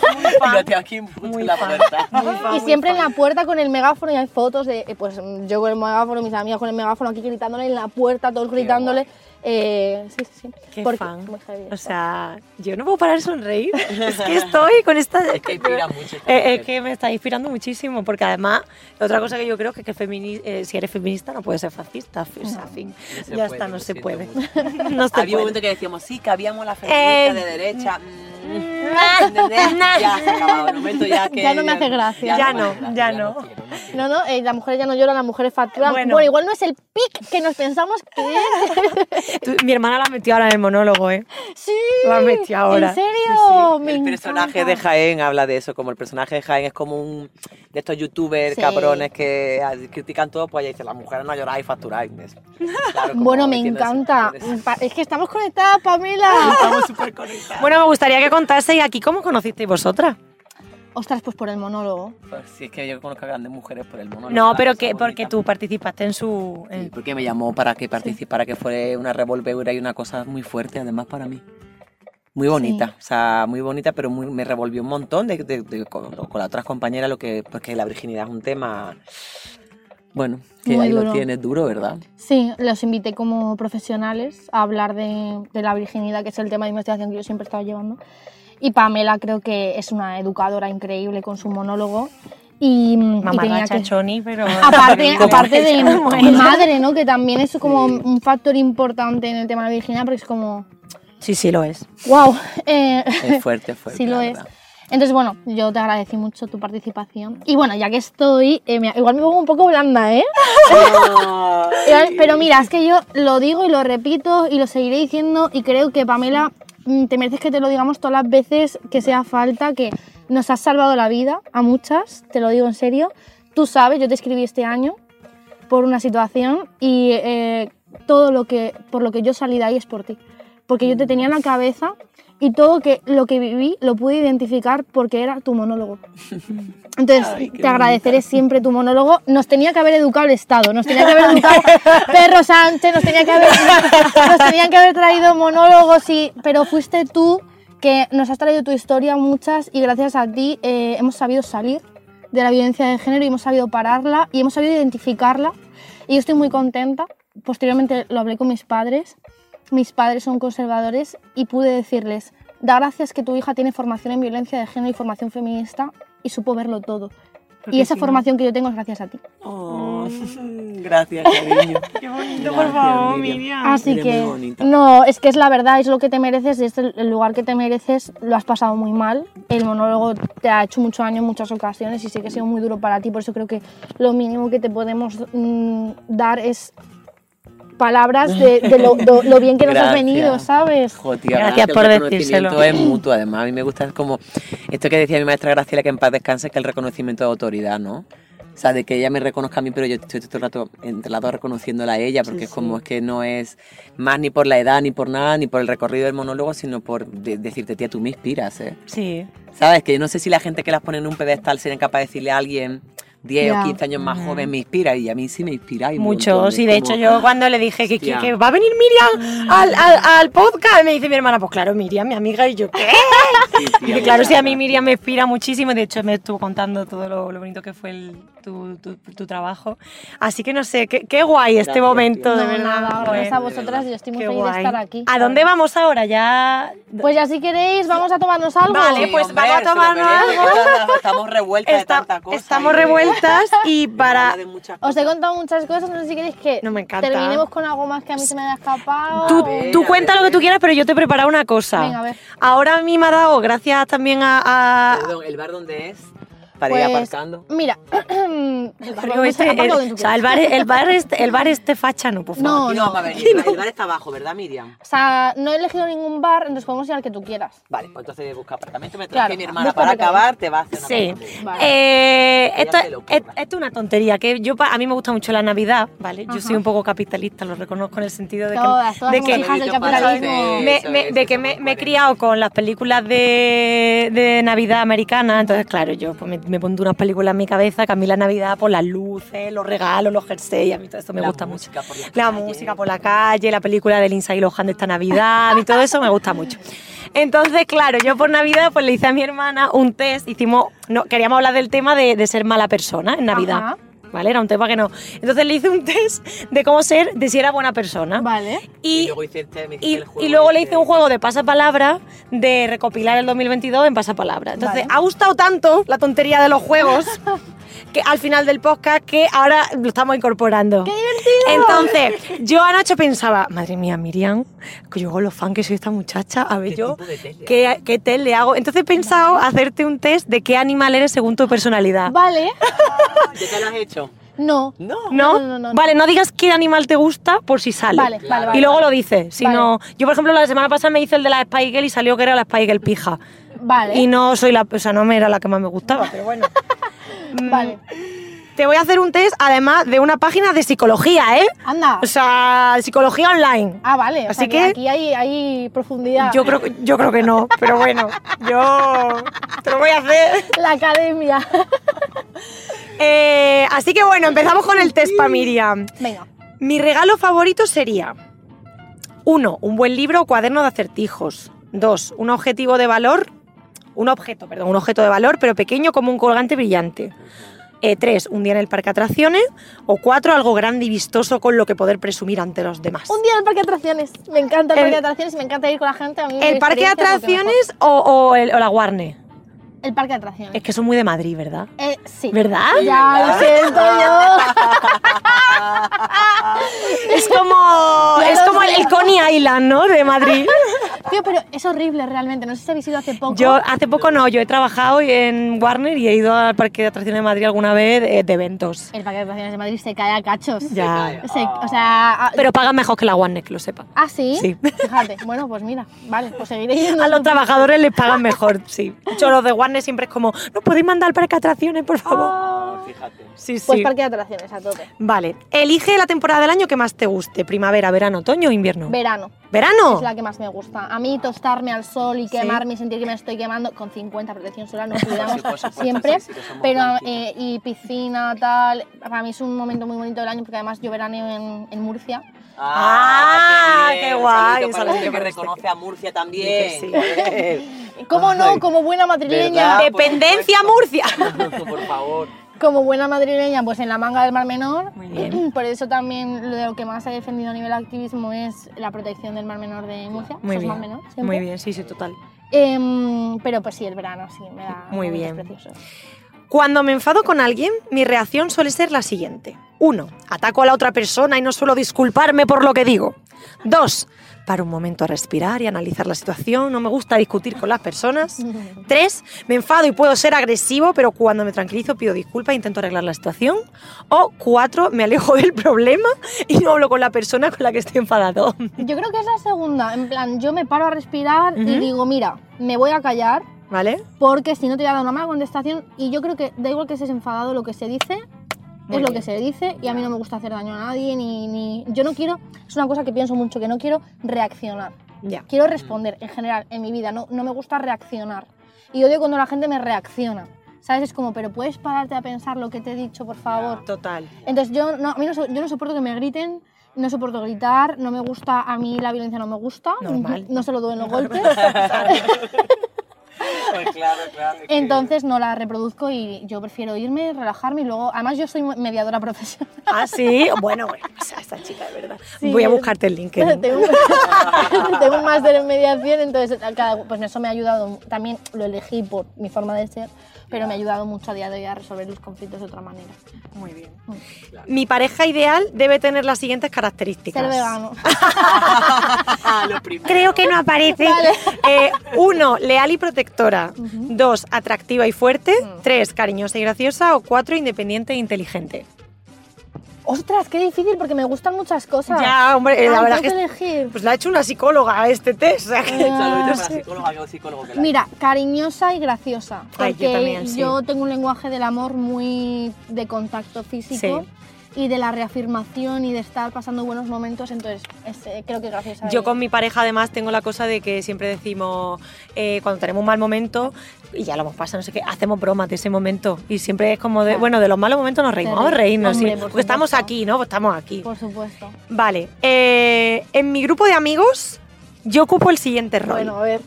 Speaker 2: Y lo tengo aquí en puto en la puerta.
Speaker 3: Y siempre en la puerta con el megáfono y hay fotos de, eh, pues mm, yo con el megáfono, mis amigas con el megáfono aquí gritándole en la puerta, todos gritándole. eh, sí, sí, sí.
Speaker 1: ¡Qué
Speaker 3: Porque-
Speaker 1: fan!
Speaker 3: muy heavy
Speaker 1: O
Speaker 3: esto.
Speaker 1: sea, yo no puedo parar de sonreír. es que estoy con esta...
Speaker 2: Es que inspira mucho este esta
Speaker 1: Eh,
Speaker 2: mujer.
Speaker 1: es que me está inspirando muchísimo, porque además, otra cosa que yo creo que es que femini- eh, si eres feminista no puedes ser fascista. O sea, fin,
Speaker 2: No se
Speaker 1: ya
Speaker 2: puede,
Speaker 1: está, no
Speaker 2: lo
Speaker 1: se
Speaker 2: siento
Speaker 1: puede.
Speaker 2: mucho.
Speaker 1: No se
Speaker 2: Había un
Speaker 1: puede.
Speaker 2: momento que decíamos, sí, que habíamos la feminista
Speaker 1: Eh,
Speaker 2: de derecha. mm, ¿entendés? ya se ha acabado el momento, ya que...
Speaker 3: Ya no me hace gracia.
Speaker 1: Ya
Speaker 2: me
Speaker 1: no,
Speaker 2: hace gracia,
Speaker 1: ya
Speaker 2: no
Speaker 1: no.
Speaker 2: quiero, no quiero.
Speaker 3: No, no, eh, las mujeres ya no lloran, las mujeres facturan.
Speaker 1: Bueno.
Speaker 3: Bueno. igual no es el pic que nos pensamos que es.
Speaker 1: Tú- mi hermana la metió ahora en el monólogo, ¿eh?
Speaker 3: Sí.
Speaker 1: Lo has metido ahora.
Speaker 3: ¿En serio?
Speaker 2: Sí,
Speaker 3: Me
Speaker 2: el personaje
Speaker 3: encanta.
Speaker 2: de Jaén habla de eso, como el personaje de Jaén es como un de estos youtubers
Speaker 3: Sí.
Speaker 2: cabrones que ah, critican todo, pues ella dice, las mujeres no lloráis, facturáis. Es- claro, como
Speaker 3: Bueno, me
Speaker 2: metiendo ese-
Speaker 3: encanta.
Speaker 2: ese-
Speaker 3: Pa- Es que estamos conectadas, Pamela.
Speaker 2: Estamos súper conectados.
Speaker 1: Bueno, me gustaría que contaseis aquí cómo conocisteis vosotras.
Speaker 3: Ostras, pues por el monólogo.
Speaker 2: Pues sí, es que yo conozco a grandes mujeres por el monólogo.
Speaker 1: No,
Speaker 2: la
Speaker 1: pero
Speaker 2: cosa
Speaker 1: que
Speaker 2: bonita.
Speaker 1: porque tú participaste en su... en-
Speaker 2: Sí, porque me llamó para que participara, que fue una revolvedura y una cosa muy fuerte, además, para mí. Muy bonita, o sea, muy bonita, pero muy, me revolvió un montón de, de- de- con, con las otras compañeras, lo que, porque la virginidad es un tema, bueno, que
Speaker 3: Muy
Speaker 2: ahí lo
Speaker 3: duro.
Speaker 2: tienes duro, ¿verdad?
Speaker 3: Sí, los invité como profesionales a hablar de, de la virginidad, que es el tema de investigación que yo siempre estaba llevando. Y Pamela creo que es una educadora increíble con su monólogo. Y, y
Speaker 1: Mamá
Speaker 3: tenía
Speaker 1: gacha
Speaker 3: que...
Speaker 1: Choni, pero...
Speaker 3: Aparte,
Speaker 1: Como
Speaker 3: aparte de
Speaker 1: ella, como ella.
Speaker 3: madre, ¿no? Que también es como un factor importante en el tema de la virginidad, porque es como, eh,
Speaker 1: Sí, sí lo es.
Speaker 3: wow,
Speaker 2: Es fuerte, fuerte.
Speaker 3: sí lo
Speaker 2: la
Speaker 3: es.
Speaker 2: verdad.
Speaker 3: Entonces, bueno, yo te agradecí mucho tu participación. Y bueno, ya que estoy, eh, mira, igual me pongo un poco blanda, ¿eh? Igual- Pero mira, es que yo lo digo y lo repito y lo seguiré diciendo y creo que Pamela, mm, te mereces que te lo digamos todas las veces que sea falta, que nos has salvado la vida a muchas, te lo digo en serio. Tú sabes, yo te escribí este año por una situación y eh, todo lo que, por lo que yo salí de ahí es por ti. Porque yo te tenía en la cabeza y todo que, lo que viví lo pude identificar porque era tu monólogo. Entonces, te agradeceré siempre tu monólogo. Nos tenía que haber educado el Estado, nos tenía que haber educado Perro Sánchez, nos tenía que haber nos tenían que haber traído monólogos y pero fuiste tú que nos has traído tu historia muchas y gracias a ti eh, hemos sabido salir de la violencia de género y hemos sabido pararla y hemos sabido identificarla y yo estoy muy contenta. Posteriormente lo hablé con mis padres mis padres son conservadores y pude decirles, da gracias que tu hija tiene formación en violencia de género y formación feminista y supo verlo todo.
Speaker 1: Porque
Speaker 3: Y esa
Speaker 1: si no-
Speaker 3: formación que yo tengo es gracias a ti.
Speaker 2: Oh, gracias, cariño.
Speaker 1: Qué bonito,
Speaker 2: Gracias,
Speaker 1: por favor,
Speaker 2: Miriam.
Speaker 1: Miriam.
Speaker 3: Así
Speaker 2: eres
Speaker 3: que,
Speaker 2: muy bonita.
Speaker 3: no, es que es la verdad, es lo que te mereces, es el el lugar que te mereces, lo has pasado muy mal, el monólogo te ha hecho mucho daño en muchas ocasiones y sí que ha sido muy duro para ti, por eso creo que lo mínimo que te podemos mm, dar es palabras de, de lo, do- lo bien que nos has
Speaker 2: Gracias.
Speaker 3: venido, ¿sabes?
Speaker 2: Jo, tía,
Speaker 1: Gracias
Speaker 2: además que
Speaker 1: por
Speaker 2: el
Speaker 1: decírselo.
Speaker 2: reconocimiento es mutuo, además. A mí me gusta es como esto que decía mi maestra Graciela, que en paz descanse, que el reconocimiento de autoridad, ¿no? O sea, de que ella me reconozca a mí, pero yo estoy todo el rato entre las dos reconociéndola a ella, porque es como es que no es más ni por la edad, ni por nada, ni por el recorrido del monólogo, sino por de- decirte, tía, tú me inspiras, ¿eh?
Speaker 1: Sí.
Speaker 2: ¿Sabes? Que yo no sé si la gente que las pone en un pedestal serían capaz de decirle a alguien 10
Speaker 3: Ya.
Speaker 2: o 15 años más joven me inspira, y a mí sí me inspira. y un montón,
Speaker 1: Muchos.
Speaker 2: es
Speaker 1: Y de
Speaker 2: como-
Speaker 1: hecho, yo cuando le dije que, que,
Speaker 2: Hostia.
Speaker 1: que va a venir Miriam al, al, al podcast, me dice mi hermana, pues claro, Miriam, mi amiga, y yo, ¿qué?
Speaker 2: Sí, tía,
Speaker 1: Y claro,
Speaker 2: muchas
Speaker 1: sí, a mí
Speaker 2: gracias.
Speaker 1: Miriam me inspira muchísimo. De hecho, me estuvo contando todo lo, lo bonito que fue el- tu, tu- tu trabajo. Así que no sé, qué, qué guay este
Speaker 2: Gracias,
Speaker 1: momento,
Speaker 2: tía.
Speaker 1: de
Speaker 3: No,
Speaker 1: verdad.
Speaker 3: nada,
Speaker 1: joder.
Speaker 3: gracias a vosotras, yo estoy muy
Speaker 1: Qué
Speaker 3: feliz de
Speaker 1: guay.
Speaker 3: estar aquí.
Speaker 1: ¿A dónde vamos ahora? Ya.
Speaker 3: Pues ya si queréis, vamos a tomarnos algo.
Speaker 1: Vale, pues vamos a
Speaker 2: se lo
Speaker 1: tomarnos
Speaker 2: merece. Estamos revueltas
Speaker 1: Está-
Speaker 2: de tanta cosa.
Speaker 1: estamos
Speaker 2: y de-
Speaker 1: revueltas y
Speaker 2: de
Speaker 1: para.
Speaker 2: nada, de muchas
Speaker 3: Os he
Speaker 2: cosas.
Speaker 3: contado muchas cosas, no sé si queréis que
Speaker 1: No, me encanta.
Speaker 3: terminemos con algo más que a mí se me ha escapado. Pues
Speaker 1: Tú,
Speaker 3: o-
Speaker 1: tú cuenta lo que tú quieras, pero yo te he preparado una cosa.
Speaker 3: Venga, a ver.
Speaker 1: Ahora a mí me ha dado, gracias también a. a-
Speaker 2: Perdón, ¿el bar dónde es? Para ir
Speaker 3: ah. Pues,
Speaker 2: aparcando.
Speaker 3: Mira,
Speaker 1: Porque este- el, o sea, el bar, el, bar este, el bar este facha no, por favor.
Speaker 3: No,
Speaker 2: Aquí
Speaker 3: no.
Speaker 2: vamos a venir. El bar está abajo, ¿verdad, Miriam?
Speaker 3: O sea, no he elegido ningún bar, entonces podemos ir al que tú quieras.
Speaker 2: Vale, pues entonces busca apartamento. Me traes
Speaker 3: Claro,
Speaker 2: que mi hermana
Speaker 3: busca
Speaker 2: para
Speaker 3: apartamento.
Speaker 2: acabar te va a hacer una
Speaker 1: Sí.
Speaker 2: cosa.
Speaker 3: Vale.
Speaker 1: Eh,
Speaker 2: Ya
Speaker 1: esto,
Speaker 2: te
Speaker 1: es,
Speaker 2: lo ocurra.
Speaker 1: esto es una tontería, que yo pa- a mí me gusta mucho la Navidad, ¿vale? Yo soy un poco capitalista, lo reconozco en el sentido de que,
Speaker 3: Todas, todas
Speaker 1: de
Speaker 3: somos
Speaker 1: que-
Speaker 3: hijas del
Speaker 2: Saludito para
Speaker 3: capitalismo.
Speaker 2: ustedes.
Speaker 1: me,
Speaker 2: Eso
Speaker 1: me-
Speaker 2: es,
Speaker 1: de
Speaker 2: eso
Speaker 1: que
Speaker 2: es
Speaker 1: me,
Speaker 2: muy
Speaker 1: me he
Speaker 2: coherente.
Speaker 1: criado con las películas de, de Navidad americana, entonces claro, yo pues, me, me pongo unas películas en mi cabeza, que a mí la Navidad por las luces, los regalos, los jerseys, a mí todo esto me
Speaker 2: La
Speaker 1: gusta mucho.
Speaker 2: música por la
Speaker 1: La
Speaker 2: calle.
Speaker 1: música por la calle, la película de Lindsay Lohan de esta Navidad, a mí todo eso me gusta mucho. Entonces, claro, yo por Navidad pues le hice a mi hermana un test, hicimos, no, queríamos hablar del tema de, de ser mala persona en Navidad.
Speaker 3: Ajá.
Speaker 1: ¿Vale? Era un tema que no. Entonces le hice un test de cómo ser, de si era buena persona.
Speaker 3: Vale.
Speaker 2: Y
Speaker 1: Y,
Speaker 2: luego hiciste- me hiciste
Speaker 1: y,
Speaker 2: el juego
Speaker 1: y luego le
Speaker 2: este.
Speaker 1: hice un juego de pasapalabra de recopilar el 2022 en pasapalabra. Entonces,
Speaker 3: Vale.
Speaker 1: ha gustado tanto la tontería de los juegos que al final del podcast que ahora lo estamos incorporando. ¡Qué divertido! Entonces, yo anoche pensaba, madre mía, Miriam, que yo con lo fan que soy de esta muchacha, a ver
Speaker 2: ¿Qué
Speaker 1: yo
Speaker 2: tipo de test le
Speaker 1: qué, qué test le hago. Entonces he pensado hacerte un test de qué animal eres según tu personalidad.
Speaker 3: Vale.
Speaker 2: "Ah, ¿Ya te lo has hecho?
Speaker 3: No.
Speaker 2: No.
Speaker 1: ¿No?
Speaker 3: No, no, no, no.
Speaker 1: Vale, no digas qué animal te gusta por si sale.
Speaker 3: Vale, vale, vale.
Speaker 1: Y luego lo dices. Si
Speaker 3: Vale.
Speaker 1: no, yo, por ejemplo, la semana pasada me hice el de la Spy Girl y salió que era la Spy Girl pija.
Speaker 3: Vale.
Speaker 1: Y no soy la. O sea, no me era la que más me gustaba, pero bueno.
Speaker 3: Vale.
Speaker 1: Te voy a hacer un test, además, de una página de psicología, ¿eh?
Speaker 3: Anda.
Speaker 1: O sea, psicología online.
Speaker 3: Ah, vale. o
Speaker 1: Así
Speaker 3: sea
Speaker 1: que-
Speaker 3: aquí hay, hay profundidad.
Speaker 1: Yo creo, que- yo creo que no, pero bueno, yo te lo voy a hacer.
Speaker 3: La academia.
Speaker 1: Eh, así que bueno, empezamos con el test para Miriam.
Speaker 3: Venga.
Speaker 1: Mi regalo favorito sería 1. Un buen libro o cuaderno de acertijos. 2. Un objetivo de valor. Un objeto, perdón, un objeto de valor, pero pequeño como un colgante brillante. 3. un día en el parque atracciones. O 4. Algo grande y vistoso con lo que poder presumir ante los demás.
Speaker 3: Un día en el parque de atracciones. Me encanta el,
Speaker 1: El-
Speaker 3: parque de atracciones y me encanta ir con la gente. A mí
Speaker 1: ¿El
Speaker 3: la
Speaker 1: parque de
Speaker 3: experiencia es lo que
Speaker 1: atracciones o, o el- o la Warner?
Speaker 3: mejor. El parque de atracciones.
Speaker 1: Es que son muy de Madrid, ¿verdad?
Speaker 3: Eh, sí.
Speaker 1: Eh, ¿Verdad?
Speaker 3: Ya, lo siento yo.
Speaker 1: Es como,
Speaker 3: Ya
Speaker 1: es
Speaker 3: lo
Speaker 1: como el,
Speaker 3: sé.
Speaker 1: el Coney Island, ¿no? De Madrid.
Speaker 3: Tío, pero es horrible realmente. No sé si habéis ido hace poco.
Speaker 1: Yo hace poco no, yo he trabajado en Warner y he ido al Parque de Atracciones de Madrid alguna vez eh, de eventos.
Speaker 3: El parque de atracciones de Madrid se cae a cachos.
Speaker 1: Ya.
Speaker 3: Se- o sea, a-
Speaker 1: Pero pagan mejor que la Warner, que lo sepa.
Speaker 3: ¿Ah, sí?
Speaker 1: Sí.
Speaker 3: Fíjate. Bueno, pues mira, vale, pues seguiré yendo.
Speaker 1: A los trabajadores les pagan mejor, sí. De hecho, los de Warner siempre es como, ¿nos podéis mandar al Parque de Atracciones, por favor?
Speaker 2: No, Oh, fíjate.
Speaker 1: Sí, sí.
Speaker 3: Ah, Pues parque de atracciones, a tope.
Speaker 1: Vale, elige la temporada del año que más te guste, primavera, verano, otoño o invierno.
Speaker 3: Verano
Speaker 1: ¿Verano?
Speaker 3: es la que más me gusta. A mí tostarme al sol y quemarme y sentir que me estoy quemando con 50 protección solar, nos cuidamos
Speaker 2: Sí, por supuesto,
Speaker 3: siempre.
Speaker 2: sí, sí, que somos
Speaker 3: pero
Speaker 2: blanquitos.
Speaker 3: eh, y piscina, tal. Para mí es un momento muy bonito del año porque además yo veraneo en, en Murcia.
Speaker 1: Ah,
Speaker 2: bien.
Speaker 1: qué
Speaker 2: Un
Speaker 1: guay,
Speaker 2: saludito para
Speaker 1: saludito
Speaker 2: usted que
Speaker 1: para
Speaker 2: reconoce
Speaker 1: usted.
Speaker 2: a Murcia también.
Speaker 1: Sí,
Speaker 3: ¿Cómo no?
Speaker 2: Ay,
Speaker 3: Como buena madrileña.
Speaker 2: ¿verdad?
Speaker 1: Dependencia
Speaker 2: por
Speaker 1: Murcia.
Speaker 2: Por favor.
Speaker 3: como buena madrileña, pues en la manga del Mar Menor.
Speaker 1: Muy bien.
Speaker 3: Por eso también lo que más he defendido a nivel activismo es la protección del Mar Menor de Murcia.
Speaker 1: Muy
Speaker 3: Eso es
Speaker 1: bien.
Speaker 3: Mar Menor, siempre.
Speaker 1: Muy bien, sí, sí, total.
Speaker 3: Em, pero pues sí, el verano sí, me da
Speaker 1: Muy
Speaker 3: momentos
Speaker 1: bien.
Speaker 3: preciosos.
Speaker 1: Cuando me enfado con alguien, mi reacción suele ser la siguiente. 1. Ataco a la otra persona y no suelo disculparme por lo que digo. 2. Paro un momento a respirar y analizar la situación. No me gusta discutir con las personas. 3. Me enfado y puedo ser agresivo, pero cuando me tranquilizo pido disculpas e intento arreglar la situación. O 4. Me alejo del problema y no hablo con la persona con la que estoy enfadado.
Speaker 3: Yo creo que es la segunda. En plan, yo me paro a respirar y
Speaker 1: Ujú.
Speaker 3: digo, mira, me voy a callar
Speaker 1: ¿Vale?
Speaker 3: porque si no te voy a dar una mala contestación. Y yo creo que da igual que seas enfadado, lo que se dice
Speaker 1: Muy
Speaker 3: es lo
Speaker 1: bien.
Speaker 3: que se dice. Y a mí no me gusta hacer daño a nadie, ni, ni. Yo no quiero. Es una cosa que pienso mucho, que no quiero reaccionar.
Speaker 1: Ya.
Speaker 3: Quiero responder en general en mi vida. No, no me gusta reaccionar. Y odio cuando la gente me reacciona. ¿Sabes? Es como, pero puedes pararte a pensar lo que te he dicho, por favor.
Speaker 1: Total.
Speaker 3: Entonces yo no, a mí no, so- yo no soporto que me griten, no soporto gritar, no me gusta, a mí la violencia no me gusta,
Speaker 1: Normal.
Speaker 3: no se lo doy en los golpes,
Speaker 2: Pues claro, claro. es que-
Speaker 3: entonces no la reproduzco y yo prefiero irme, relajarme y luego, además yo soy mediadora profesional.
Speaker 1: Ah, sí. Bueno, bueno, o sea, esta chica, de verdad.
Speaker 3: Sí,
Speaker 1: Voy a
Speaker 3: es-
Speaker 1: buscarte el link. ¿eh?
Speaker 3: tengo, tengo un máster en mediación, entonces cada- pues eso me ha ayudado, también lo elegí por mi forma de ser, pero me ha ayudado mucho a día de hoy a resolver los conflictos de otra manera.
Speaker 1: Muy bien.
Speaker 3: Mm.
Speaker 1: Mi pareja ideal debe tener las siguientes características.
Speaker 3: Ser vegano.
Speaker 2: Ah, Lo primero.
Speaker 1: Creo que no aparece. Eh, uno, leal y protectora. Dos, atractiva y fuerte.
Speaker 3: Mm.
Speaker 1: Tres, cariñosa y graciosa. O cuatro, independiente e inteligente.
Speaker 3: Ostras, qué difícil porque me gustan muchas cosas.
Speaker 1: Ya, hombre, eh, la
Speaker 3: Ah,
Speaker 1: verdad
Speaker 3: tengo
Speaker 1: que
Speaker 3: elegir.
Speaker 1: pues la ha hecho una psicóloga este test. o sea que-
Speaker 2: Saludos
Speaker 3: Ah,
Speaker 2: para psicóloga, yo psicólogo que la-
Speaker 3: Mira, cariñosa y graciosa. Porque
Speaker 1: Ay, yo también, sí.
Speaker 3: yo tengo un lenguaje del amor muy de contacto físico y de la reafirmación y de estar pasando buenos momentos. Entonces, es, eh, creo que graciosa.
Speaker 1: Yo
Speaker 3: es.
Speaker 1: con mi pareja además tengo la cosa de que siempre decimos, eh, cuando tenemos un mal momento, y ya lo hemos pasado, no sé qué, hacemos bromas de ese momento. Y siempre es como de,
Speaker 3: Claro.
Speaker 1: bueno, de los malos momentos nos reímos,
Speaker 3: Te
Speaker 1: vamos a
Speaker 3: ríes.
Speaker 1: reírnos, sí,
Speaker 3: Hombre, por
Speaker 1: porque estamos
Speaker 3: supuesto.
Speaker 1: aquí, ¿no? Pues estamos aquí.
Speaker 3: Por supuesto.
Speaker 1: Vale, eh, en mi grupo de amigos yo ocupo el siguiente rol.
Speaker 3: Bueno, a ver,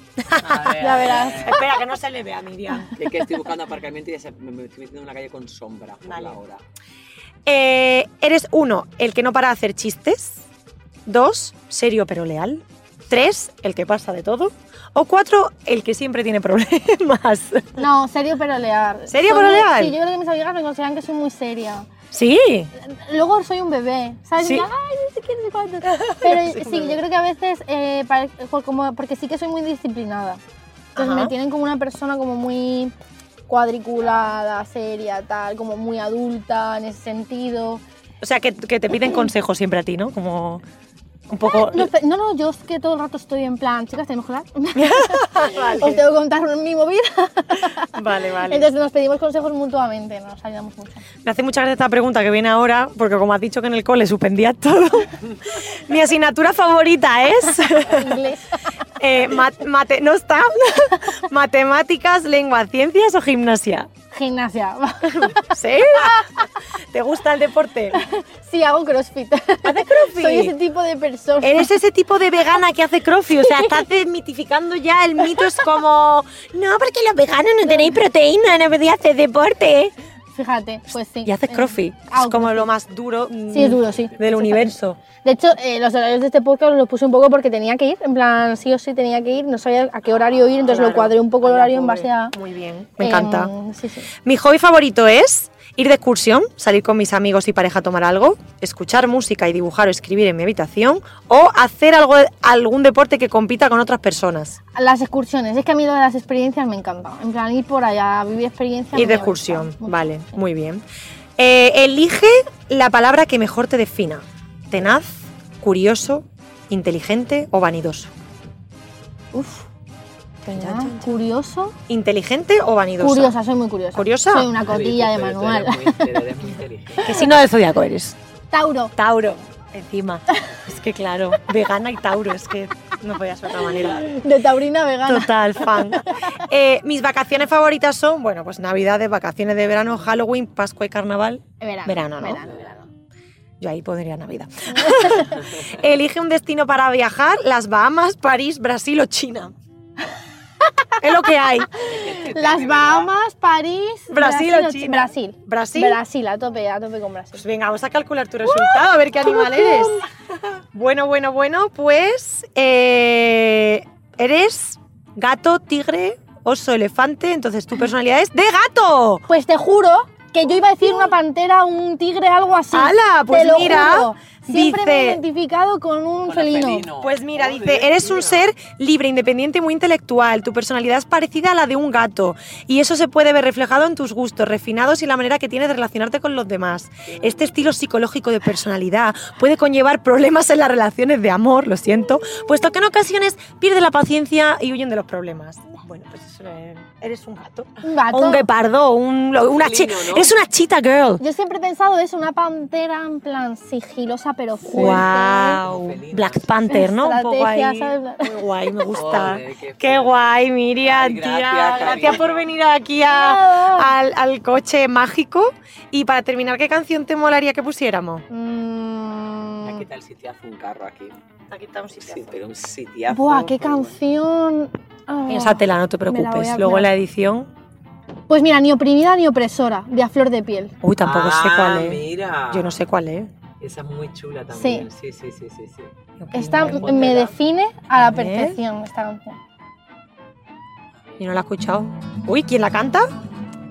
Speaker 2: A ver,
Speaker 3: ya
Speaker 2: a ver, a
Speaker 3: verás.
Speaker 2: ver.
Speaker 1: Espera, que no se le vea, Miriam.
Speaker 2: Es eh, que estoy buscando aparcamiento y ya se- me me estoy metiendo en una calle con sombra por
Speaker 1: Vale.
Speaker 2: la hora.
Speaker 1: Eh, eres uno, el que no para de hacer chistes. Dos, serio pero leal. Tres, el que pasa de todo. O cuatro, el que siempre tiene problemas.
Speaker 3: No, serio pero leal.
Speaker 1: ¿Serio
Speaker 3: Soy
Speaker 1: pero
Speaker 3: muy-
Speaker 1: leal?
Speaker 3: Sí, yo creo que mis amigas me consideran que soy muy seria.
Speaker 1: Sí,
Speaker 3: Luego soy un bebé, ¿sabes?
Speaker 1: Sí.
Speaker 3: Y, Ay, no sé qué, no sé cuánto". Pero
Speaker 1: Soy un
Speaker 3: sí,
Speaker 1: bebé.
Speaker 3: yo creo que a veces, eh, pare- por como, porque sí que soy muy disciplinada. Entonces
Speaker 1: Ajá.
Speaker 3: me tienen como una persona como muy cuadriculada, seria, tal, como muy adulta en ese sentido.
Speaker 1: o sea, que, que te piden consejos siempre a ti, ¿no? Como un poco...
Speaker 3: No, pe- no, no, yo es que todo el rato estoy en plan, chicas, tenemos que hablar. Os tengo que contar mi movida.
Speaker 1: Vale, vale.
Speaker 3: Entonces nos pedimos consejos mutuamente, nos ayudamos mucho.
Speaker 1: Me hace mucha gracia esta pregunta que viene ahora, porque como has dicho que en el cole suspendías todo, mi asignatura favorita es...
Speaker 3: Inglés.
Speaker 1: Eh, mat- mate- no está. Matemáticas, lengua, ciencias o gimnasia.
Speaker 3: Gimnasia.
Speaker 1: ¿Sí? ¿Te gusta el deporte?
Speaker 3: sí, hago crossfit.
Speaker 1: crossfit?
Speaker 3: Soy ese tipo de persona.
Speaker 1: Eres ese tipo de vegana que hace crossfit, o sea, estás desmitificando ya el mito, es como, no, porque los veganos no tenéis proteína, no podéis hacer deporte.
Speaker 3: Fíjate, pues sí.
Speaker 1: Y haces
Speaker 3: Eh,
Speaker 1: crossfit, es
Speaker 3: hago
Speaker 1: como
Speaker 3: crossfit.
Speaker 1: lo más duro mm,
Speaker 3: Sí, es duro, sí.
Speaker 1: del universo.
Speaker 3: De hecho, eh, los horarios de este podcast los puse un poco porque tenía que ir, en plan, sí o sí tenía que ir, no sabía a qué horario ir, entonces lo
Speaker 1: Claro.
Speaker 3: cuadré un poco el
Speaker 1: Anda,
Speaker 3: horario en
Speaker 1: pobre.
Speaker 3: base a...
Speaker 1: Muy bien, me
Speaker 3: em,
Speaker 1: encanta.
Speaker 3: Sí, sí.
Speaker 1: Mi hobby favorito es ir de excursión, salir con mis amigos y pareja a tomar algo, escuchar música y dibujar o escribir en mi habitación, o hacer algo, algún deporte que compita con otras personas.
Speaker 3: Las excursiones, es que a mí lo de las experiencias me encanta, en plan, ir por allá, vivir experiencias...
Speaker 1: ir de
Speaker 3: me gusta
Speaker 1: excursión,
Speaker 3: mucho.
Speaker 1: vale, muy bien. Eh, elige la palabra que mejor te defina. Tenaz, curioso, inteligente o vanidoso.
Speaker 3: Uf,
Speaker 1: Chan,
Speaker 3: tenaz,
Speaker 1: chan, chan.
Speaker 3: curioso,
Speaker 1: Inteligente o vanidoso.
Speaker 3: curiosa, soy muy curiosa.
Speaker 1: ¿Curiosa?
Speaker 3: Soy una cotilla
Speaker 2: Oye,
Speaker 3: de
Speaker 2: tú- tú- tú
Speaker 3: manual.
Speaker 2: eres muy- tú eres muy inteligente.
Speaker 1: ¿Qué signo del zodiaco eres?
Speaker 3: Tauro,
Speaker 1: Tauro, encima. Es que claro, vegana y Tauro, es que no podía ser de otra manera.
Speaker 3: de taurina vegana.
Speaker 1: Total, fan. Eh, mis vacaciones favoritas son, bueno, pues Navidades, vacaciones de verano, Halloween, Pascua y Carnaval.
Speaker 3: Verano,
Speaker 1: Verano, ¿no?
Speaker 3: verano, verano.
Speaker 1: Yo ahí podría Navidad. Elige un destino para viajar, las Bahamas, París, Brasil o China. Es lo que hay.
Speaker 3: Las Bahamas, París,
Speaker 1: Brasil o
Speaker 3: Brasil,
Speaker 1: China.
Speaker 3: Chi- Brasil.
Speaker 1: Brasil.
Speaker 3: Brasil, a tope, a tope con Brasil.
Speaker 1: Pues venga, vamos a calcular tu resultado, a ver qué animal eres. Bueno, bueno, bueno, pues eh, eres gato, tigre, oso, elefante, entonces tu personalidad es de gato.
Speaker 3: Pues te juro que yo iba a decir una pantera, un tigre, algo así.
Speaker 1: ¡Hala! Pues
Speaker 3: te lo
Speaker 1: mira,
Speaker 3: juro. Siempre me he
Speaker 1: dice-
Speaker 3: identificado con un felino.
Speaker 1: Pues mira, dice, eres un ser libre, independiente y muy intelectual. Tu personalidad es parecida a la de un gato. Y eso se puede ver reflejado en tus gustos refinados y la manera que tienes de relacionarte con los demás. Este estilo psicológico de personalidad puede conllevar problemas en las relaciones de amor, lo siento, puesto que en ocasiones pierdes la paciencia y huyen de los problemas. Bueno, pues eso, eh, eres un gato.
Speaker 3: Un gato.
Speaker 1: O un guepardo, o un, o una chi-
Speaker 2: felino, ¿no?
Speaker 1: Eres una chita girl.
Speaker 3: Yo siempre he pensado eso, una pantera en plan sigilosa pero fuerte.
Speaker 1: Wow,
Speaker 2: Felinas.
Speaker 1: Black Panther, ¿no? Un poco
Speaker 3: Estrategia,
Speaker 1: ahí.
Speaker 3: ¿sabes?
Speaker 1: Muy guay, me gusta.
Speaker 2: Joder,
Speaker 1: qué,
Speaker 2: qué fuerte.
Speaker 1: guay, Miriam,
Speaker 2: Ay, gracias,
Speaker 1: tía. Gracias
Speaker 2: cariño.
Speaker 1: por venir aquí a- al, al coche mágico. Y para terminar, ¿qué canción te molaría que pusiéramos?
Speaker 3: Mm.
Speaker 2: Aquí tal si te hace un carro aquí.
Speaker 1: Aquí está un
Speaker 2: Sí, pero un sitiazo.
Speaker 3: Buah, qué
Speaker 2: pero bueno.
Speaker 3: canción. Ah.
Speaker 1: Piénsatela, no te
Speaker 3: la voy a-
Speaker 1: preocupes.
Speaker 3: me
Speaker 1: Luego
Speaker 3: la-
Speaker 1: la edición.
Speaker 3: Pues mira, ni oprimida ni opresora, de a flor de piel.
Speaker 1: Uy, tampoco sé
Speaker 2: Ah,
Speaker 1: cuál es.
Speaker 2: Mira.
Speaker 1: Yo no sé cuál es.
Speaker 2: Esa es muy chula también. Sí, sí, sí, sí. sí.
Speaker 3: Esta
Speaker 2: Qué
Speaker 3: me
Speaker 2: buena.
Speaker 3: define a la
Speaker 1: A ver.
Speaker 3: perfección, esta canción.
Speaker 1: Yo no la he escuchado. Uy, ¿quién la canta?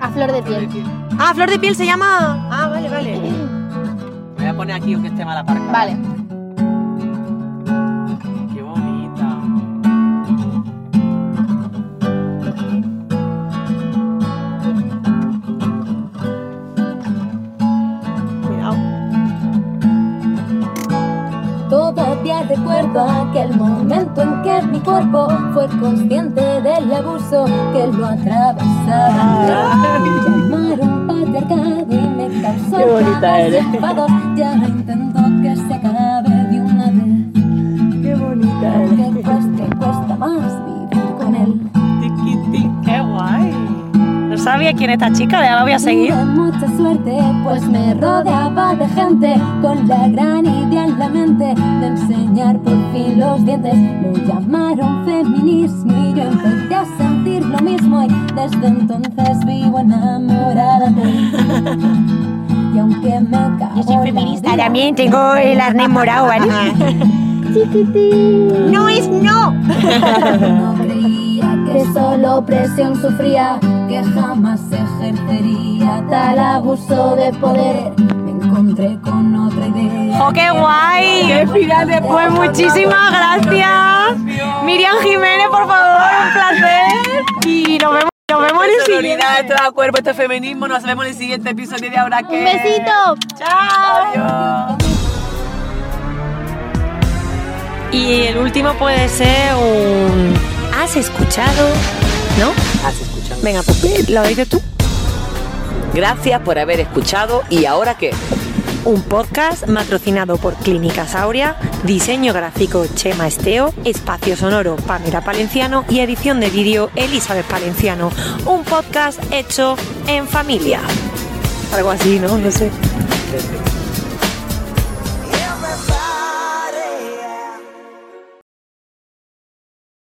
Speaker 3: A flor de piel.
Speaker 1: Ah, Flor de Piel se llama. Ah, vale, vale.
Speaker 2: Voy a poner aquí aunque esté mal aparcado.
Speaker 3: Vale.
Speaker 2: Qué bonita.
Speaker 1: Cuidado.
Speaker 4: Todavía recuerdo aquel momento en que mi cuerpo fue consciente del abuso que lo atravesaba. Llamaron patriarcado y me causó
Speaker 2: Qué bonita
Speaker 4: traumas y
Speaker 2: eres.
Speaker 4: enfados. Ya no intento que se acabe de una vez.
Speaker 2: Qué bonita
Speaker 4: Aunque cueste, cuesta más vivir con él.
Speaker 2: Tiki, tiki.
Speaker 1: Qué guay. No sabía quién es esta chica, ya la voy a seguir.
Speaker 4: Tuve mucha suerte, pues me rodeaba de gente con la gran idea en la mente de enseñar por fin los dientes. Lo llamaron feminismo y yo empecé a sentir lo mismo y desde entonces vivo enamorada de él. Y aunque me cago en la vida,
Speaker 1: tengo el arnés morado, ¿vale? No es no.
Speaker 4: No creía que solo opresión sufría, que jamás ejercería tal abuso de poder. Me encontré con otra idea.
Speaker 1: ¡Oh, qué guay! ¡Qué final de Pues muchísimas gracias. Miriam Jiménez, por favor, un placer. Y nos vemos, nos vemos en el siguiente.
Speaker 2: Personalidad, todo cuerpo, este feminismo. Nos vemos en el siguiente episodio de Ahora que.
Speaker 3: Un besito.
Speaker 1: Chao.
Speaker 2: Adiós.
Speaker 1: Y el último puede ser un... ¿Has escuchado? ¿No?
Speaker 2: Has escuchado.
Speaker 1: Venga, pues lo dices tú.
Speaker 2: Gracias por haber escuchado. ¿Y ahora qué?
Speaker 1: Un podcast patrocinado por Clínica Sauria, diseño gráfico Chema Esteo, espacio sonoro Pamela Palenciano y edición de vídeo Elizabeth Palenciano. Un podcast hecho en familia. Algo así, ¿no? No sé.
Speaker 2: Perfecto.